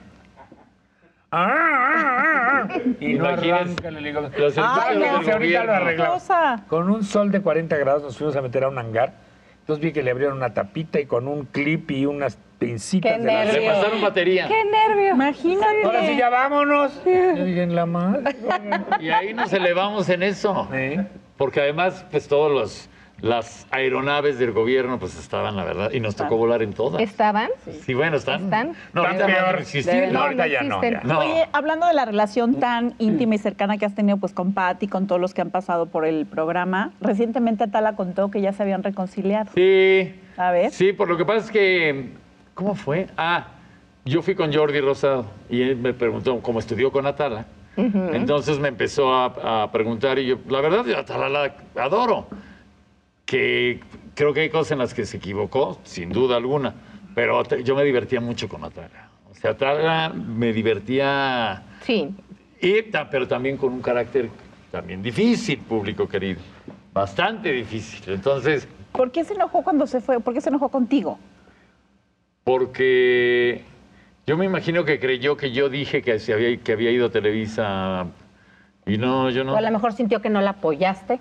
Speaker 9: Ah, ah, ah, ah". Y no
Speaker 3: Imagínense.
Speaker 9: arranca el helicóptero.
Speaker 3: Los
Speaker 9: Ah,
Speaker 3: helicópteros
Speaker 9: no,
Speaker 3: del
Speaker 9: sí, ahorita lo
Speaker 3: gobierno.
Speaker 9: arreglamos.
Speaker 2: Cosa.
Speaker 9: Con un sol de 40 grados nos fuimos a meter a un hangar. Entonces vi que le abrieron una tapita y con un clip y unas pincitas
Speaker 4: Qué
Speaker 9: de las
Speaker 3: Le
Speaker 4: nervio.
Speaker 3: pasaron batería.
Speaker 4: ¡Qué nervio!
Speaker 2: Imagínate.
Speaker 9: Ahora sí, ya vámonos. Yo dije, en la madre.
Speaker 3: Y ahí nos elevamos en eso.
Speaker 9: Sí.
Speaker 3: Porque además, pues todos los las aeronaves del gobierno pues estaban la verdad y nos tocó volar en todas.
Speaker 7: estaban?
Speaker 3: Sí, bueno, están.
Speaker 7: ¿Están?
Speaker 3: No,
Speaker 9: Están
Speaker 3: ahorita no
Speaker 9: peor.
Speaker 3: existieron.
Speaker 9: No, ahorita ya no.
Speaker 7: existen.
Speaker 9: ya.
Speaker 3: No.
Speaker 2: Oye, hablando de la relación tan íntima y cercana que has tenido pues con Patty, con todos los que han pasado por el programa, recientemente Atala contó que ya se habían reconciliado.
Speaker 3: Sí.
Speaker 2: A ver.
Speaker 3: Sí, por lo que pasa es que. ¿Cómo fue? Ah, Yo fui con Jordi Rosado y él me preguntó, como estudió con Atala,
Speaker 10: Ujú.
Speaker 3: entonces me empezó a, a preguntar y yo, la verdad, yo a Atala la adoro, que creo que hay cosas en las que se equivocó, sin duda alguna, pero te- yo me divertía mucho con Atala. O sea, Atala me divertía,
Speaker 7: Sí.
Speaker 3: y ta- pero también con un carácter también difícil, público querido, bastante difícil. Entonces...
Speaker 2: ¿Por qué se enojó cuando se fue? ¿Por qué se enojó contigo?
Speaker 3: Porque yo me imagino que creyó que yo dije que, se había, que había ido a Televisa y no, yo
Speaker 6: O
Speaker 3: no.
Speaker 6: a lo mejor sintió que no la apoyaste.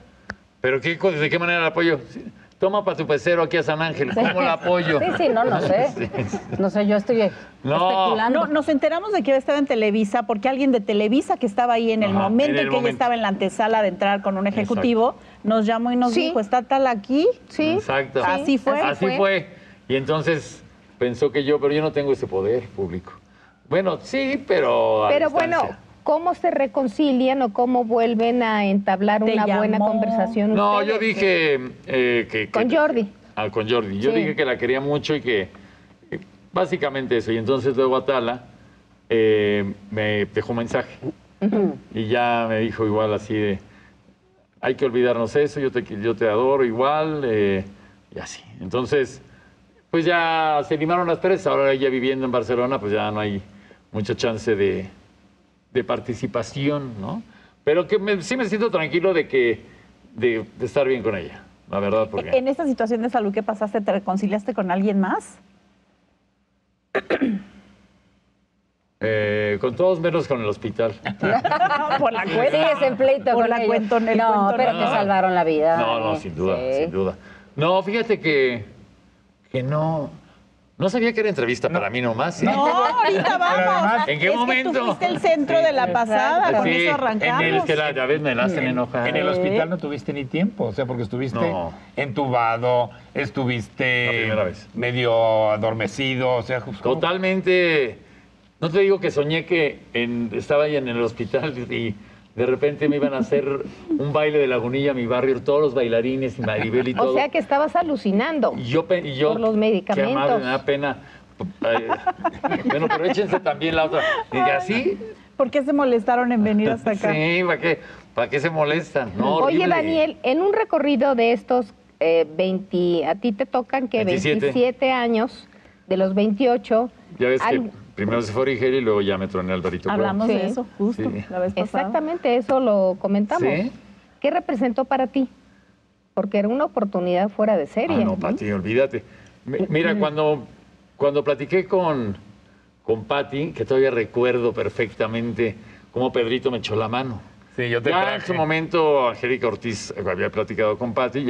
Speaker 3: Pero qué, co- ¿de qué manera la apoyo? Sí, Toma para tu pecero aquí a San Ángel, ¿cómo la apoyo?
Speaker 6: Sí, sí, no, no sé.
Speaker 3: Sí.
Speaker 6: No sé, yo estoy
Speaker 3: No,
Speaker 2: Oh. No, nos enteramos de que había estado en Televisa porque alguien de Televisa que estaba ahí en el
Speaker 3: Ajá,
Speaker 2: momento
Speaker 3: en
Speaker 2: en,
Speaker 3: el
Speaker 2: que
Speaker 3: momento.
Speaker 2: ella estaba en la antesala de entrar con un ejecutivo, nos llamó y nos dijo, ¿está tal aquí? Sí.
Speaker 3: exacto.
Speaker 2: Así fue.
Speaker 3: Así fue. Y entonces pensó que yo, pero yo no tengo ese poder público. Bueno, sí, pero. a
Speaker 7: Pero
Speaker 3: distancia.
Speaker 7: bueno, ¿cómo se reconcilian o cómo vuelven a entablar una buena conversación?
Speaker 3: No,
Speaker 7: ustedes?
Speaker 3: yo dije eh, que- que.
Speaker 7: Con Jordi.
Speaker 3: Ah, con Jordi. Yo
Speaker 7: Sí.
Speaker 3: dije que la quería mucho y que eh, básicamente eso. Y entonces luego Atala eh, me dejó un mensaje y ya me dijo igual así de, hay que olvidarnos eso, yo te, qui- yo te adoro igual eh, y así. Entonces, pues ya se limaron las tres. Ahora ella viviendo en Barcelona, pues ya no hay mucha chance de, de participación, ¿no? Pero que me- sí me siento tranquilo de que de, de estar bien con ella, la verdad, porque...
Speaker 2: En esta situación de salud que pasaste, ¿te reconciliaste con alguien más?
Speaker 3: Eh, con todos menos con el hospital.
Speaker 2: Ah, Por la
Speaker 7: Pues
Speaker 2: cuenta.
Speaker 3: "Ah,
Speaker 6: Sigues en pleito
Speaker 2: Por
Speaker 6: con
Speaker 2: la
Speaker 6: ellos.
Speaker 2: cuenta, en el
Speaker 6: No,
Speaker 2: cuento,
Speaker 6: pero
Speaker 2: no.
Speaker 6: te salvaron la vida.
Speaker 3: No, no,
Speaker 6: eh.
Speaker 3: sin duda,
Speaker 6: Sí.
Speaker 3: sin duda. No, fíjate que, que no. No sabía que era entrevista para mí nomás. ¿eh?
Speaker 2: No, ahorita vamos.
Speaker 3: ¿En qué
Speaker 2: es
Speaker 3: momento?
Speaker 2: Que tú fuiste el centro de la pasada, con
Speaker 3: Sí,
Speaker 2: eso arrancamos.
Speaker 3: En el que la, a veces me la hacen enojar.
Speaker 5: En el hospital no tuviste ni tiempo, o sea, porque estuviste
Speaker 3: No.
Speaker 5: entubado, estuviste medio adormecido, o sea, pues, ¿cómo?
Speaker 3: Totalmente. No te digo que soñé que en- estaba ahí en el hospital y de repente me iban a hacer un baile de lagunilla a mi barrio, todos los bailarines y Maribel y todo.
Speaker 7: O sea que estabas alucinando.
Speaker 3: Y yo, pe- y yo
Speaker 7: Por los
Speaker 3: Qué amable,
Speaker 7: medicamentos.
Speaker 3: me da pena. Eh, bueno, pero échense también la otra. Y así,
Speaker 2: ¿Por qué se molestaron en venir hasta acá?
Speaker 3: sí, ¿para qué, ¿para qué se molestan? No,
Speaker 7: Oye,
Speaker 3: horrible.
Speaker 7: Daniel, en un recorrido de estos eh, 20, a ti te tocan que
Speaker 3: 27.
Speaker 7: 27 años, de los 28,
Speaker 3: Ya ves
Speaker 7: al-
Speaker 3: que primero se fue a Nigeria y luego ya me troné al barito.
Speaker 7: Hablamos de eso,
Speaker 2: justo,
Speaker 3: la
Speaker 7: pasada.
Speaker 2: vez
Speaker 7: Exactamente, eso lo comentamos.
Speaker 3: Sí.
Speaker 7: ¿Qué representó para ti? Porque era una oportunidad fuera de serie.
Speaker 3: Ah, no, Pati, olvídate. Mi-
Speaker 7: Mm,
Speaker 3: Mira, cuando, cuando platiqué con, con Pati, que todavía recuerdo perfectamente cómo Pedrito me echó la mano.
Speaker 5: Sí, yo
Speaker 3: te ya en su momento, Angélica Ortiz había platicado con Pati.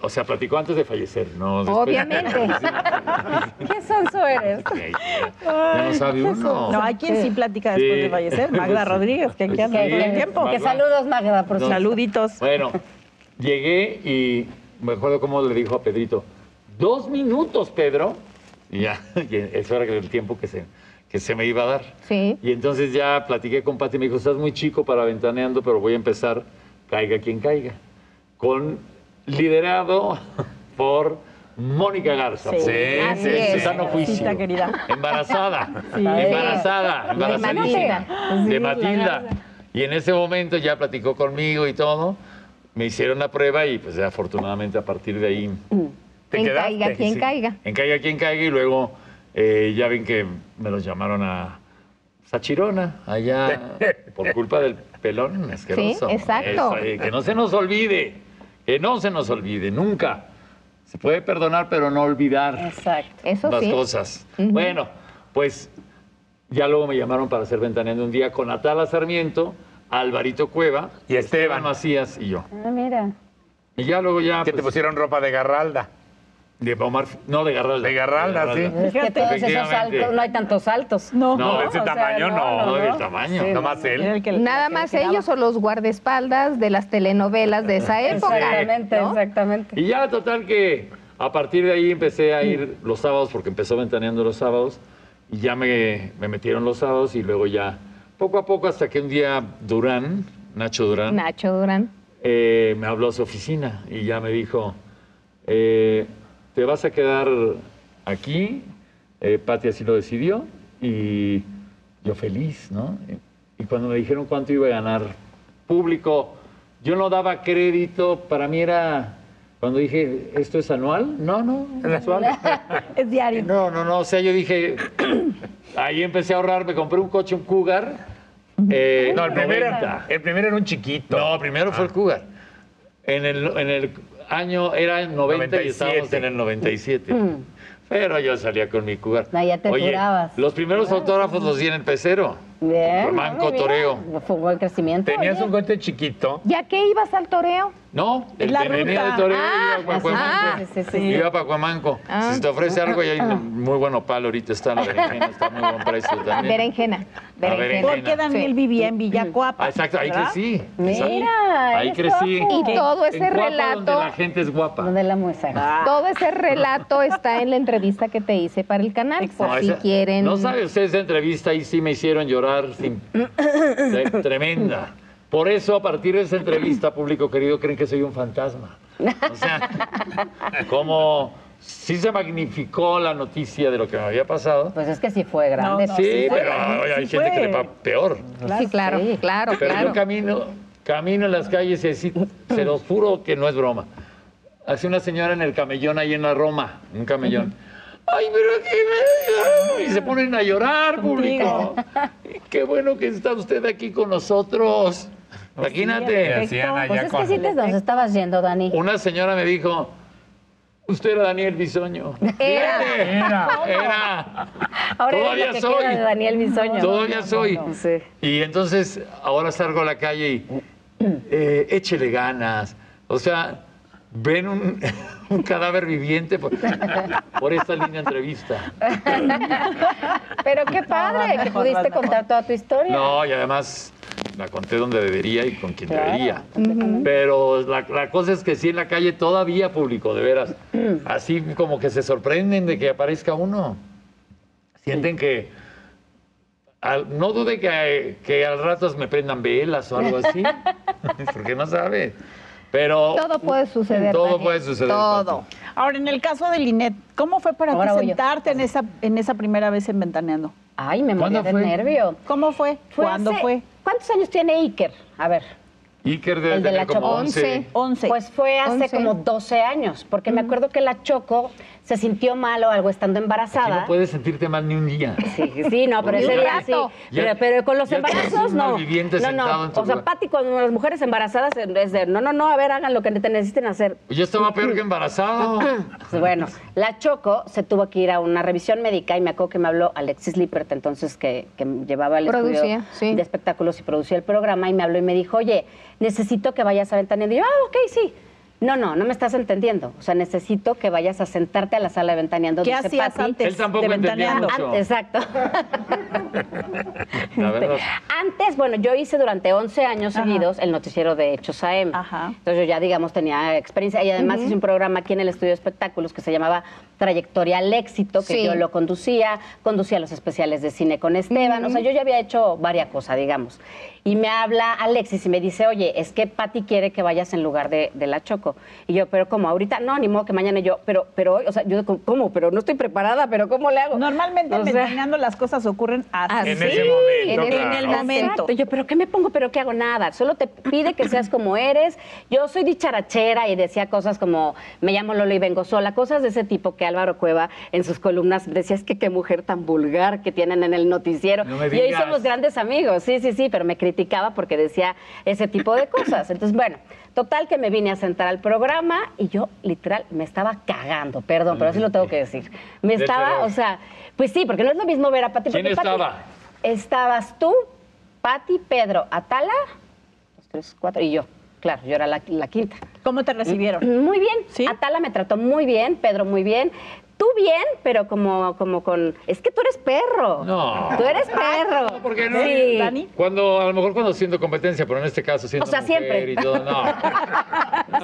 Speaker 3: o sea, platicó antes de fallecer, ¿no? Después-
Speaker 7: obviamente.
Speaker 6: ¿Qué sonso eres?
Speaker 3: Ya no sabe uno.
Speaker 2: No, hay quien sí platica después
Speaker 3: Sí.
Speaker 2: de fallecer, Magda Rodríguez, que aquí anda
Speaker 3: Sí.
Speaker 2: todo el tiempo.
Speaker 3: Que saludos,
Speaker 6: Magda,
Speaker 3: por cierto.
Speaker 2: Saluditos.
Speaker 3: Bueno, llegué y me acuerdo cómo le dijo a Pedrito, dos minutos, Pedro. Y ya, y eso era el tiempo que se, que se me iba a dar.
Speaker 7: Sí.
Speaker 3: Y entonces ya platiqué con Pati y me dijo, estás muy chico para ventaneando, pero voy a empezar, caiga quien caiga. Con, liderado por Mónica Garza.
Speaker 2: Sí, así es.
Speaker 3: Susano Juicio.
Speaker 2: Cita querida.
Speaker 3: Embarazada.
Speaker 2: Sí.
Speaker 3: Embarazada.
Speaker 2: De
Speaker 3: Embarazadísima.
Speaker 2: Matilda.
Speaker 3: De
Speaker 2: Sí,
Speaker 3: Matilda.
Speaker 2: la
Speaker 3: Y en ese momento ya platicó conmigo y todo. me hicieron la prueba y pues afortunadamente a partir de ahí te
Speaker 7: quien
Speaker 3: quedaste.
Speaker 7: caiga, quien
Speaker 3: Sí.
Speaker 7: caiga.
Speaker 3: En caiga quien caiga y luego eh, ya ven que me los llamaron a Sachirona, allá por culpa del pelón asqueroso.
Speaker 7: Sí,
Speaker 3: Eso,
Speaker 7: exacto.
Speaker 3: eh, que no se nos olvide, que no se nos olvide, nunca. Se puede perdonar pero no olvidar
Speaker 7: Exacto. Eso
Speaker 3: las
Speaker 7: sí.
Speaker 3: cosas.
Speaker 7: Ujú.
Speaker 3: Bueno, pues ya luego me llamaron para hacer ventaneando un día con Atala Sarmiento, Alvarito Cueva y Esteban, Macías y yo.
Speaker 6: Ah, mira.
Speaker 3: Y ya luego ya. pues,
Speaker 5: Que te pusieron ropa de garralda.
Speaker 3: De Omar, no de Garralda.
Speaker 5: De Garralda,
Speaker 6: Es que todos esos
Speaker 3: Efectivamente.
Speaker 6: saltos, no hay tantos saltos.
Speaker 5: No, de ese
Speaker 6: o sea,
Speaker 5: tamaño no.
Speaker 3: no, del tamaño.
Speaker 5: Sí, Nomás él.
Speaker 6: Era el que-
Speaker 7: Nada
Speaker 6: el que
Speaker 7: más
Speaker 6: le quedaba.
Speaker 7: ellos o los guardaespaldas de las telenovelas de esa época.
Speaker 6: Exactamente,
Speaker 7: ¿no?
Speaker 6: exactamente.
Speaker 3: Y ya total que a partir de ahí empecé a ir los sábados porque empezó ventaneando los sábados y ya me, me metieron los sábados y luego ya poco a poco hasta que un día Durán, Nacho Durán,
Speaker 7: Nacho Durán.
Speaker 3: eh, me habló a su oficina y ya me dijo, eh, te vas a quedar aquí, eh, Pati así lo decidió, y yo feliz, ¿no? Y cuando me dijeron cuánto iba a ganar público, yo no daba crédito, para mí era, cuando dije, ¿esto es anual? No, no, mensual.
Speaker 2: es diario.
Speaker 3: No, no, no, o sea, yo dije, ahí empecé a ahorrar, me compré un coche, un Cougar. eh,
Speaker 5: No, el primero,
Speaker 3: 90.
Speaker 5: el primero era un chiquito. Ah.
Speaker 3: No, primero fue el Cougar. En el, en el año, era en 90 y estábamos
Speaker 5: 97.
Speaker 3: en el 97.
Speaker 6: Mm.
Speaker 3: Pero yo salía con mi Cougar.
Speaker 6: No, ya te curabas.
Speaker 3: los primeros autógrafos los di en el pecero.
Speaker 6: Bien.
Speaker 3: Por manco
Speaker 6: mira,
Speaker 3: toreo.
Speaker 6: Fue un buen crecimiento.
Speaker 5: Tenías
Speaker 6: oye.
Speaker 5: un coche chiquito.
Speaker 7: ¿Ya qué ibas al toreo?
Speaker 3: No, el
Speaker 7: La
Speaker 3: que venía
Speaker 7: ruta.
Speaker 3: de Toreo
Speaker 7: Ah,
Speaker 3: iba a Cuacuamanco.
Speaker 7: ah, sí, sí, sí.
Speaker 3: Iba a Cuacuamanco.
Speaker 7: Ah.
Speaker 3: si se te ofrece algo, ya hay un muy bueno palo ahorita está la berenjena, está muy buen precio también.
Speaker 7: Berenjena.
Speaker 3: La berenjena.
Speaker 2: Porque Daniel vivía en Villacuapa.
Speaker 3: Ah, exacto, ahí
Speaker 2: ¿verdad?
Speaker 3: crecí.
Speaker 7: Mira,
Speaker 3: ahí
Speaker 7: eres
Speaker 3: crecí.
Speaker 7: guapo. Y todo ese
Speaker 3: En Cuapa, Donde
Speaker 7: relato-
Speaker 3: la gente Ah. es guapa.
Speaker 6: Donde la muestra.
Speaker 7: Todo ese relato está en la entrevista que te hice para el canal.
Speaker 3: No,
Speaker 7: Por si
Speaker 3: esa-
Speaker 7: quieren.
Speaker 3: No sabe ustedes de entrevista, ahí sí me hicieron llorar sin- de- tremenda. Por eso, a partir de esa entrevista, público querido, creen que soy un fantasma. O sea, como sí se magnificó la noticia de lo que me había pasado.
Speaker 6: Pues es que sí fue grande.
Speaker 3: sí, pero
Speaker 6: grande.
Speaker 3: hay
Speaker 6: Sí
Speaker 3: gente que le
Speaker 6: fue.
Speaker 3: va peor.
Speaker 7: Sí, claro, claro,
Speaker 3: Pero
Speaker 7: claro.
Speaker 3: yo camino, camino en las calles y así, se los juro que no es broma. Hace una señora en el camellón ahí en la Roma, un camellón. Ay, pero que me... Y se ponen a llorar, público. Qué bueno que está usted aquí con nosotros.
Speaker 5: Te
Speaker 3: Imagínate.
Speaker 5: Pues hacían allá
Speaker 6: Pues es que
Speaker 5: con-
Speaker 6: sí te nos estabas yendo, Dani.
Speaker 3: Una señora me dijo, usted era Daniel Bisoño. Fíjate,
Speaker 5: Era.
Speaker 3: Era.
Speaker 6: Eh, Ahora eres
Speaker 3: todavía
Speaker 6: lo que
Speaker 3: soy.
Speaker 6: queda de Daniel Bisoño.
Speaker 3: Todavía soy.
Speaker 6: Sí.
Speaker 3: Y entonces ahora salgo a la calle y eh, échele ganas. O sea, ven un, un cadáver viviente por, por esta linda entrevista.
Speaker 6: Pero qué padre que pudiste contar toda tu historia.
Speaker 3: No, y además la conté donde debería y con quien
Speaker 6: Claro,
Speaker 3: debería. Pero la, la cosa es que sí en la calle todavía público, de veras.
Speaker 6: Mm.
Speaker 3: Así como que se sorprenden de que aparezca uno. Sienten que... al- no dude que, que al rato me prendan velas o algo así, porque no sabes. Pero
Speaker 7: Todo puede suceder.
Speaker 3: todo
Speaker 7: Daniel.
Speaker 3: puede suceder.
Speaker 7: Todo.
Speaker 3: Pati.
Speaker 2: Ahora, en el caso de Linet, ¿cómo fue para
Speaker 6: Ahora
Speaker 2: ti
Speaker 6: voy yo.
Speaker 2: sentarte en esa, en esa primera vez en Ventaneando?
Speaker 6: Ay, me
Speaker 3: ¿Cuándo
Speaker 6: moría de
Speaker 3: fue?
Speaker 6: nervio.
Speaker 2: ¿Cómo fue?
Speaker 6: Fue
Speaker 2: ¿Cuándo
Speaker 6: hace-
Speaker 2: fue?
Speaker 6: ¿Cuántos años tiene Iker? A ver.
Speaker 3: Iker debe
Speaker 6: El de
Speaker 3: tener
Speaker 6: la
Speaker 3: como
Speaker 6: Chopo.
Speaker 3: 11.
Speaker 2: 11.
Speaker 6: Pues fue hace
Speaker 7: Once.
Speaker 6: como 12 años, porque me acuerdo que la Choco se sintió mal o algo estando
Speaker 3: Y
Speaker 6: embarazada.
Speaker 3: Pues no puedes sentirte mal ni un día.
Speaker 6: Sí, sí, no, pero
Speaker 3: Ni
Speaker 6: ese
Speaker 3: un
Speaker 6: día sí.
Speaker 3: rato. Ya-
Speaker 6: Pero, pero con los
Speaker 3: ya tienes
Speaker 6: embarazos,
Speaker 3: un
Speaker 6: no.
Speaker 3: malviviente
Speaker 6: No,
Speaker 3: sentado
Speaker 6: no.
Speaker 3: en tu
Speaker 6: O sea,
Speaker 3: lugar.
Speaker 6: Pati, cuando las mujeres embarazadas es de, no, no, no, a ver, hagan lo que te necesiten hacer.
Speaker 3: Yo estaba peor que embarazado.
Speaker 6: Pues bueno, la Choco se tuvo que ir a una revisión médica y me acuerdo que me habló Alexis Lippert, entonces que, que llevaba el
Speaker 7: Producía,
Speaker 6: estudio
Speaker 7: sí.
Speaker 6: de espectáculos y producía el programa, y me habló y me dijo, oye, necesito que vayas a Ventaneando. Y yo, ah, ok, sí. No, no, no me estás entendiendo. O sea, necesito que vayas a sentarte a la sala de Ventaneando.
Speaker 2: ¿Qué
Speaker 6: dice
Speaker 2: hacías
Speaker 6: Pati.
Speaker 2: antes
Speaker 3: Él tampoco
Speaker 2: de
Speaker 3: entendía
Speaker 2: Ventaneando?
Speaker 3: mucho.
Speaker 6: Antes, exacto.
Speaker 3: La verdad.
Speaker 6: Antes, bueno, yo hice durante 11 años
Speaker 2: Ajá.
Speaker 6: seguidos el noticiero de Hechos AM.
Speaker 2: Ajá.
Speaker 6: Entonces yo ya, digamos, tenía experiencia y además hice un programa aquí en el estudio de espectáculos que se llamaba trayectoria al éxito, que
Speaker 4: Sí.
Speaker 6: yo lo conducía, conducía los especiales de cine con Esteban, o sea, yo ya había hecho varias cosas, digamos. Y me habla Alexis y me dice, oye, es que Patti quiere que vayas en lugar de, de la Choco. Y yo, pero como ahorita, no, ni modo que mañana Y yo, pero, pero hoy, o sea, yo, ¿cómo? Pero no estoy preparada, pero ¿cómo le hago?
Speaker 2: Normalmente
Speaker 6: O
Speaker 2: en
Speaker 6: sea,
Speaker 2: Ventaneando las cosas ocurren así.
Speaker 6: Así, en el-
Speaker 2: En el momento.
Speaker 6: Exacto. Yo, pero ¿qué me pongo? ¿Pero qué hago? Nada. Solo te pide que seas como eres. Yo soy dicharachera y decía cosas como, me llamo Lola y vengo sola. Cosas de ese tipo que Álvaro Cueva en sus columnas decía, es que qué mujer tan vulgar que tienen en el noticiero.
Speaker 4: No me
Speaker 6: y hoy
Speaker 4: digas.
Speaker 6: somos grandes amigos. Sí, sí, sí, pero me criticaba porque decía ese tipo de cosas. Entonces, bueno, total que me vine a sentar al programa y yo literal me estaba cagando. Perdón, pero así lo tengo que decir. Me
Speaker 4: De
Speaker 6: estaba,
Speaker 4: terror.
Speaker 6: o sea, pues sí, porque no es lo mismo ver a Pati.
Speaker 4: ¿Quién
Speaker 6: porque Pues, Pati-
Speaker 4: estaba?
Speaker 6: Estabas tú, Pati, Pedro, Atala, los tres, cuatro, y yo. Claro, yo era la, la quinta.
Speaker 2: ¿Cómo te recibieron?
Speaker 6: Muy bien. Atala me trató muy bien, Pedro muy bien. Tú bien, pero como, como con... Es que tú eres perro.
Speaker 8: No.
Speaker 6: Tú eres perro.
Speaker 8: ¿Por qué Ah, no?
Speaker 6: Sí.
Speaker 8: Cuando, a lo mejor cuando siento competencia, pero en este caso siento
Speaker 6: O sea,
Speaker 8: mujer
Speaker 6: siempre.
Speaker 8: y todo, no.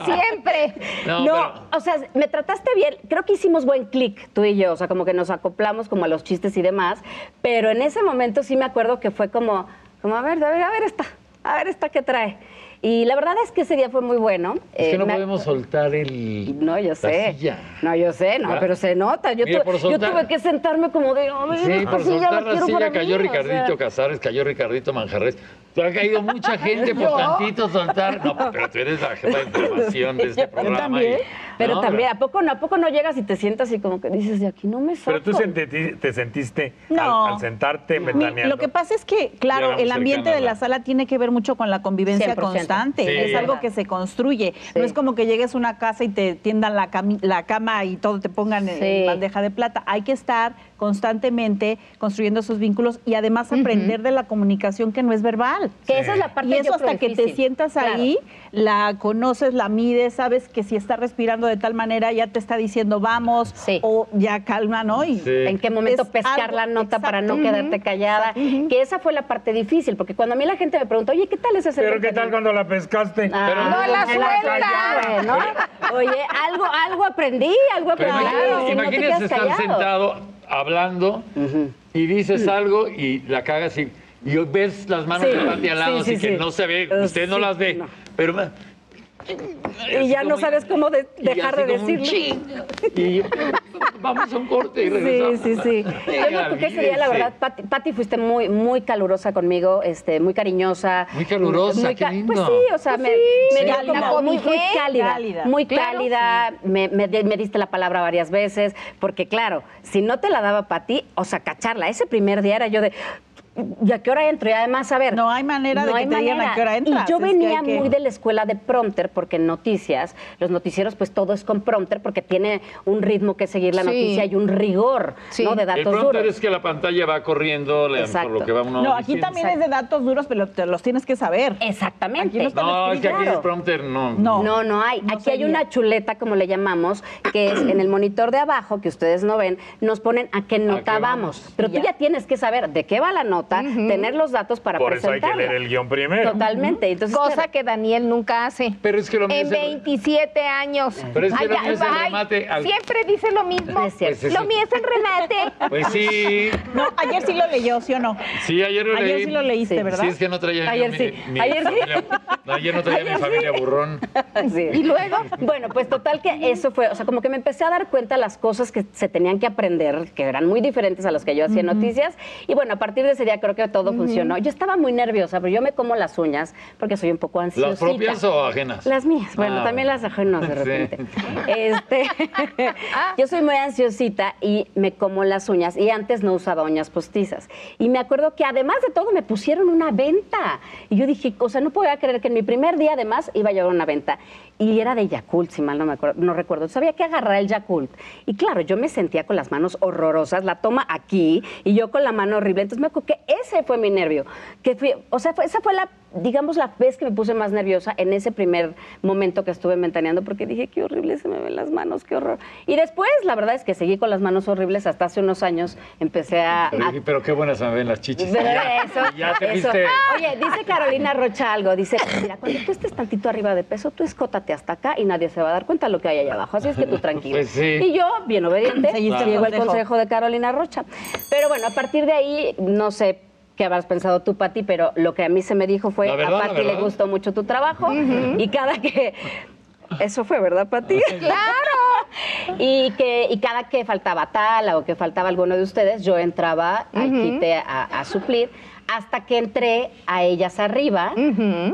Speaker 6: Siempre.
Speaker 8: No,
Speaker 6: No,
Speaker 8: pero-
Speaker 6: o sea, me trataste bien. Creo que hicimos buen clic tú y yo, o sea, como que nos acoplamos como a los chistes y demás, pero en ese momento sí me acuerdo que fue como, como a ver, a ver, a ver esta, a ver esta que trae. Y la verdad es que ese día fue muy bueno.
Speaker 8: Es que
Speaker 6: Eh,
Speaker 8: no
Speaker 6: me-
Speaker 8: podemos soltar el.
Speaker 6: No, yo sé. No, yo sé, no,
Speaker 8: ¿Verdad?
Speaker 6: pero se nota. Yo,
Speaker 8: Mira,
Speaker 6: tuve-
Speaker 8: por
Speaker 6: yo
Speaker 8: soltar-
Speaker 6: tuve que sentarme como de, a ver,
Speaker 8: Sí, por
Speaker 6: así
Speaker 8: soltar
Speaker 6: pues ya la quiero
Speaker 8: Racilla
Speaker 6: para mí,
Speaker 8: cayó
Speaker 6: o sea.
Speaker 8: Ricardito Casares, cayó Ricardito Manjarres. Te ha caído mucha gente por
Speaker 6: Yo.
Speaker 8: tantito soltar. No, pero tú eres la jefa de información de este programa. y-
Speaker 6: Pero
Speaker 8: No,
Speaker 6: también, ¿a poco, no, ¿a poco no llegas y te sientas y como que dices, de aquí no me saco?
Speaker 9: Pero tú sentiste- te sentiste
Speaker 2: No.
Speaker 9: al, al sentarte
Speaker 2: Mi-
Speaker 9: ventaneando.
Speaker 2: lo que pasa es que, claro,
Speaker 9: Llegamos
Speaker 2: el ambiente
Speaker 9: cercana,
Speaker 2: de la
Speaker 9: ¿verdad?
Speaker 2: sala tiene que ver mucho con la convivencia
Speaker 6: 100%.
Speaker 2: constante.
Speaker 6: Sí.
Speaker 2: Es algo que se construye. No es como que llegues a una casa y te tiendan la, cami- la cama y todo te pongan en- en
Speaker 6: Sí.
Speaker 2: bandeja de plata. Hay que estar constantemente construyendo esos vínculos y además aprender de la comunicación que no es verbal.
Speaker 6: Que esa es la parte,
Speaker 2: Y
Speaker 6: yo
Speaker 2: eso
Speaker 6: creo,
Speaker 2: hasta que te
Speaker 6: difícil.
Speaker 2: sientas
Speaker 6: Claro.
Speaker 2: ahí, la conoces, la mides, sabes que si está respirando de tal manera ya te está diciendo vamos o ya calma, ¿no? Y
Speaker 6: en qué momento
Speaker 2: es
Speaker 6: pescar
Speaker 2: algo-
Speaker 6: la nota para no
Speaker 2: Ujú.
Speaker 6: quedarte callada. Que esa fue la parte difícil, porque cuando a mí la gente me pregunta, oye, ¿qué tal es ese
Speaker 9: Pero qué tal cuando la pescaste.
Speaker 6: Pero Ah. no la
Speaker 9: callada.
Speaker 6: sueltas, ¿no? Oye, algo, algo aprendí, algo
Speaker 8: Pero
Speaker 6: aprendí.
Speaker 8: imagínate-
Speaker 6: no te
Speaker 8: imagínate
Speaker 6: quedas
Speaker 8: estar
Speaker 6: callado.
Speaker 8: sentado hablando y dices
Speaker 6: Mm.
Speaker 8: algo y la cagas y, y ves las manos
Speaker 6: Sí,
Speaker 8: de Pati al lado,
Speaker 6: sí, sí,
Speaker 8: así que
Speaker 6: sí.
Speaker 8: no se ve,
Speaker 6: Eh,
Speaker 8: usted no
Speaker 6: sí,
Speaker 8: las ve.
Speaker 6: no.
Speaker 8: Pero ma-
Speaker 6: Y ya no sabes cómo de-
Speaker 8: y
Speaker 6: dejar
Speaker 8: así
Speaker 6: de
Speaker 8: como un
Speaker 6: decirlo.
Speaker 8: ching, y vamos a un corte y regresamos.
Speaker 6: Sí, sí, sí.
Speaker 8: Venga,
Speaker 6: Algo que ese día, la
Speaker 8: olvídense.
Speaker 6: verdad, Pati, Pati, fuiste muy, muy calurosa conmigo, este, muy cariñosa.
Speaker 8: Muy calurosa, qué
Speaker 6: ca-
Speaker 8: lindo.
Speaker 6: Pues sí, o sea,
Speaker 8: Pues
Speaker 6: me,
Speaker 8: sí.
Speaker 6: me
Speaker 8: Sí.
Speaker 6: dio
Speaker 8: Cálida,
Speaker 6: como muy,
Speaker 8: dije,
Speaker 6: muy cálida,
Speaker 8: cálida.
Speaker 6: Muy
Speaker 8: Claro,
Speaker 6: cálida, me, me di- me diste la palabra varias veces, porque claro, si no te la daba Pati, o sea, cacharla, ese primer día era yo de... ¿Y a qué hora entro? Y además, a ver. No hay
Speaker 2: manera de que te digan a qué hora entras,
Speaker 6: Y yo
Speaker 2: es que
Speaker 6: venía
Speaker 2: hay que-
Speaker 6: muy de de la escuela de prompter, porque en noticias, los noticieros, pues todo es con prompter, porque tiene un ritmo que seguir la
Speaker 8: Sí.
Speaker 6: noticia y un rigor ¿no? de
Speaker 8: El
Speaker 6: datos
Speaker 8: pronto
Speaker 6: duros.
Speaker 8: es que la pantalla va corriendo le- por lo que va uno
Speaker 2: No, aquí
Speaker 8: diciendo.
Speaker 2: también es de datos duros, pero te los tienes que saber.
Speaker 6: Exactamente.
Speaker 2: Aquí no están
Speaker 8: No, es que aquí
Speaker 2: escritos.
Speaker 8: el prompter no.
Speaker 6: No, no, hay. Aquí hay una chuleta, como le llamamos, que es en el monitor de abajo, que ustedes no ven, nos ponen a qué nota vamos. Pero tú ya tienes que saber de qué va la nota, tener los datos para
Speaker 9: Por eso hay
Speaker 6: presentarla.
Speaker 9: que leer el guión primero.
Speaker 6: Totalmente. Entonces,
Speaker 7: Cosa que Daniel nunca hace.
Speaker 8: Pero es que lo mío
Speaker 7: En
Speaker 8: es el-
Speaker 7: 27 años.
Speaker 8: Pero es que lo
Speaker 7: Ay,
Speaker 8: mío es el
Speaker 7: ay,
Speaker 8: remate al-
Speaker 7: Siempre dice lo mismo.
Speaker 8: cierto. Pues es-
Speaker 7: Lo mío es el remate.
Speaker 8: Pues sí.
Speaker 2: No, ayer sí lo leyó, ¿sí o no?
Speaker 8: Sí, ayer lo
Speaker 2: Ayer
Speaker 8: leí.
Speaker 2: sí lo leíste, ¿verdad?
Speaker 8: Sí, es que no traía
Speaker 2: Ayer
Speaker 8: mi,
Speaker 2: sí.
Speaker 8: mi
Speaker 2: Ayer sí.
Speaker 8: familia. no, ayer no traía mi familia burrón.
Speaker 6: Y luego, bueno, pues total que eso fue, o sea, como que me empecé a dar cuenta las cosas que se tenían que aprender, que eran muy diferentes a las que yo hacía en
Speaker 4: Ujú.
Speaker 6: noticias. Y bueno, a partir de ese día creo que todo
Speaker 4: Ujú.
Speaker 6: funcionó. Yo estaba muy nerviosa, pero yo me como las uñas porque soy un poco ansiosita.
Speaker 8: ¿Las propias o ajenas?
Speaker 6: Las mías, bueno,
Speaker 8: Ah,
Speaker 6: también las ajenas de
Speaker 8: Sí.
Speaker 6: repente. Este, yo soy muy ansiosita y me como las uñas y antes no usaba uñas postizas. Y me acuerdo que además de todo me pusieron una venta. Y yo dije, o sea, no podía creer que en mi primer día además iba a llevar una venta. Y era de Yakult, si mal no me acuerdo, no recuerdo. Sabía que agarrar el Yakult. Y claro, yo me sentía con las manos horrorosas, la toma aquí y yo con la mano horrible. Entonces me acuerdo que ese fue mi nervio, que fui, o sea, fue- esa fue la digamos, la vez que me puse más nerviosa en ese primer momento que estuve ventaneando, porque dije, qué horrible se me ven las manos, qué horror. Y después, la verdad es que seguí con las manos horribles hasta hace unos años, empecé a...
Speaker 3: Pero,
Speaker 6: a-
Speaker 3: dije, pero qué buenas me ven las chichis.
Speaker 6: Pero
Speaker 3: Ya,
Speaker 6: eso,
Speaker 3: ya te
Speaker 6: eso.
Speaker 3: viste.
Speaker 6: Oye, dice Carolina Rocha algo. Dice, mira, cuando tú estés tantito arriba de peso, tú escótate hasta acá y nadie se va a dar cuenta de lo que hay allá abajo. Así es que tú tranquilo.
Speaker 10: Pues sí.
Speaker 6: Y yo, bien obediente,
Speaker 10: Seguiste el
Speaker 6: sigo el
Speaker 10: consejo.
Speaker 6: consejo de Carolina Rocha. Pero bueno, a partir de ahí, no sé qué habrás pensado tú, Pati, pero lo que a mí se me dijo fue,
Speaker 10: La verdad,
Speaker 6: a
Speaker 10: la
Speaker 6: Pati le
Speaker 10: verdad.
Speaker 6: gustó mucho tu trabajo
Speaker 10: Ujú.
Speaker 6: y cada que... Eso fue, ¿verdad, Pati? ¡Claro! y, que, y cada que faltaba tal o que faltaba alguno de ustedes, yo entraba al
Speaker 10: Ujú.
Speaker 6: quite a, a suplir, hasta que entré a ellas arriba,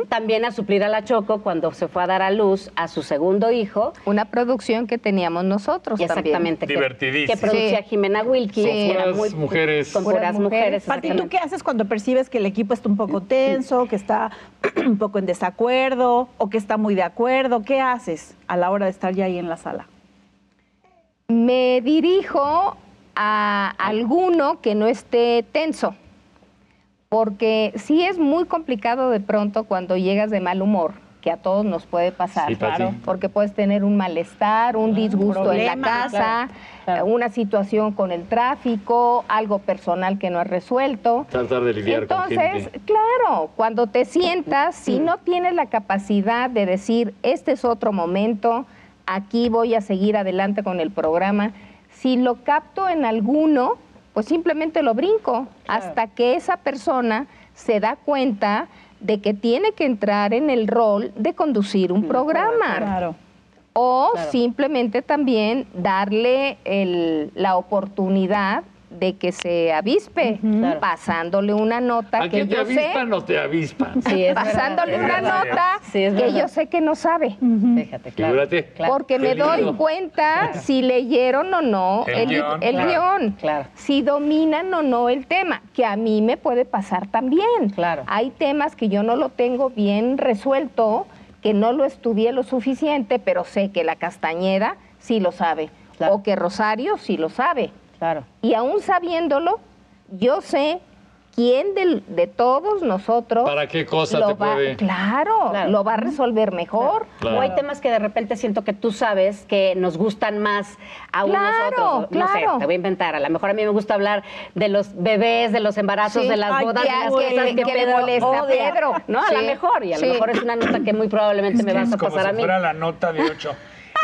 Speaker 6: también a suplir a la Choco cuando se fue a dar a luz a su segundo hijo.
Speaker 7: Una producción que teníamos nosotros
Speaker 6: Exactamente. que-
Speaker 3: Divertidísima.
Speaker 6: Que producía
Speaker 3: Sí.
Speaker 6: Jimena Wilkins.
Speaker 3: Son
Speaker 6: que era
Speaker 3: puras
Speaker 6: muy-
Speaker 3: mujeres.
Speaker 6: Con puras, mujeres.
Speaker 2: Pati, ¿tú
Speaker 6: exactamente.
Speaker 2: qué haces cuando percibes que el equipo está un poco tenso, que está un poco en desacuerdo o que está muy de acuerdo? ¿Qué haces a la hora de estar ya ahí en la sala?
Speaker 7: me dirijo a alguno que no esté tenso, porque sí es muy complicado de pronto cuando llegas de mal humor, que a todos nos puede pasar,
Speaker 10: Sí, Pati. Claro.
Speaker 7: porque puedes tener un malestar, un disgusto en
Speaker 10: problema,
Speaker 7: la casa, una situación con el tráfico, algo personal que no has resuelto.
Speaker 8: Tratar de lidiar con
Speaker 7: Entonces,
Speaker 8: gente.
Speaker 7: claro, cuando te sientas, si no tienes la capacidad de decir, este es otro momento, aquí voy a seguir adelante con el programa, si lo capto en alguno, pues simplemente lo brinco hasta que esa persona se da cuenta de que tiene que entrar en el rol de conducir un programa. O
Speaker 10: Claro.
Speaker 7: simplemente también darle el- la oportunidad de que se avispe, pasándole una nota
Speaker 8: ¿A
Speaker 7: que
Speaker 8: quién te
Speaker 7: yo sé,
Speaker 8: avispan o te avispan?
Speaker 7: pasándole una nota que yo sé que no sabe.
Speaker 6: Fíjate,
Speaker 8: Figúrate.
Speaker 7: Porque me
Speaker 8: Qué
Speaker 7: doy
Speaker 8: lindo.
Speaker 7: cuenta si leyeron o no
Speaker 8: El
Speaker 7: el, el
Speaker 8: guión,
Speaker 7: guión,
Speaker 8: claro.
Speaker 7: si dominan o no el tema, que a mí me puede pasar también. Hay temas que yo no lo tengo bien resuelto, que no lo estudié lo suficiente, pero sé que la castañeda sí lo sabe, o que Rosario sí lo sabe. Y aún sabiéndolo, yo sé quién del- de todos nosotros
Speaker 8: ¿Para qué cosa
Speaker 7: lo
Speaker 8: te
Speaker 7: va-
Speaker 8: puede?
Speaker 7: Claro, lo va a resolver mejor.
Speaker 8: Claro.
Speaker 6: O hay temas que de repente siento que tú sabes que nos gustan más a unos a
Speaker 7: Claro,
Speaker 6: otros. No
Speaker 7: claro.
Speaker 6: sé, te voy a inventar. A lo mejor a mí me gusta hablar de los bebés, de los embarazos,
Speaker 7: Sí.
Speaker 6: de las
Speaker 7: Ay,
Speaker 6: bodas, de
Speaker 7: que-
Speaker 6: las
Speaker 7: que
Speaker 6: cosas
Speaker 7: le-
Speaker 6: que,
Speaker 7: que le
Speaker 6: Pedro
Speaker 7: molesta a
Speaker 2: Oh,
Speaker 6: odia,
Speaker 7: Pedro.
Speaker 6: ¿no? A
Speaker 7: Sí,
Speaker 6: lo mejor. Y a
Speaker 7: sí.
Speaker 6: lo mejor es una nota que muy probablemente me vas
Speaker 5: Es
Speaker 6: a
Speaker 5: como
Speaker 6: pasar a
Speaker 5: si
Speaker 6: mí.
Speaker 5: fuera la nota de 8.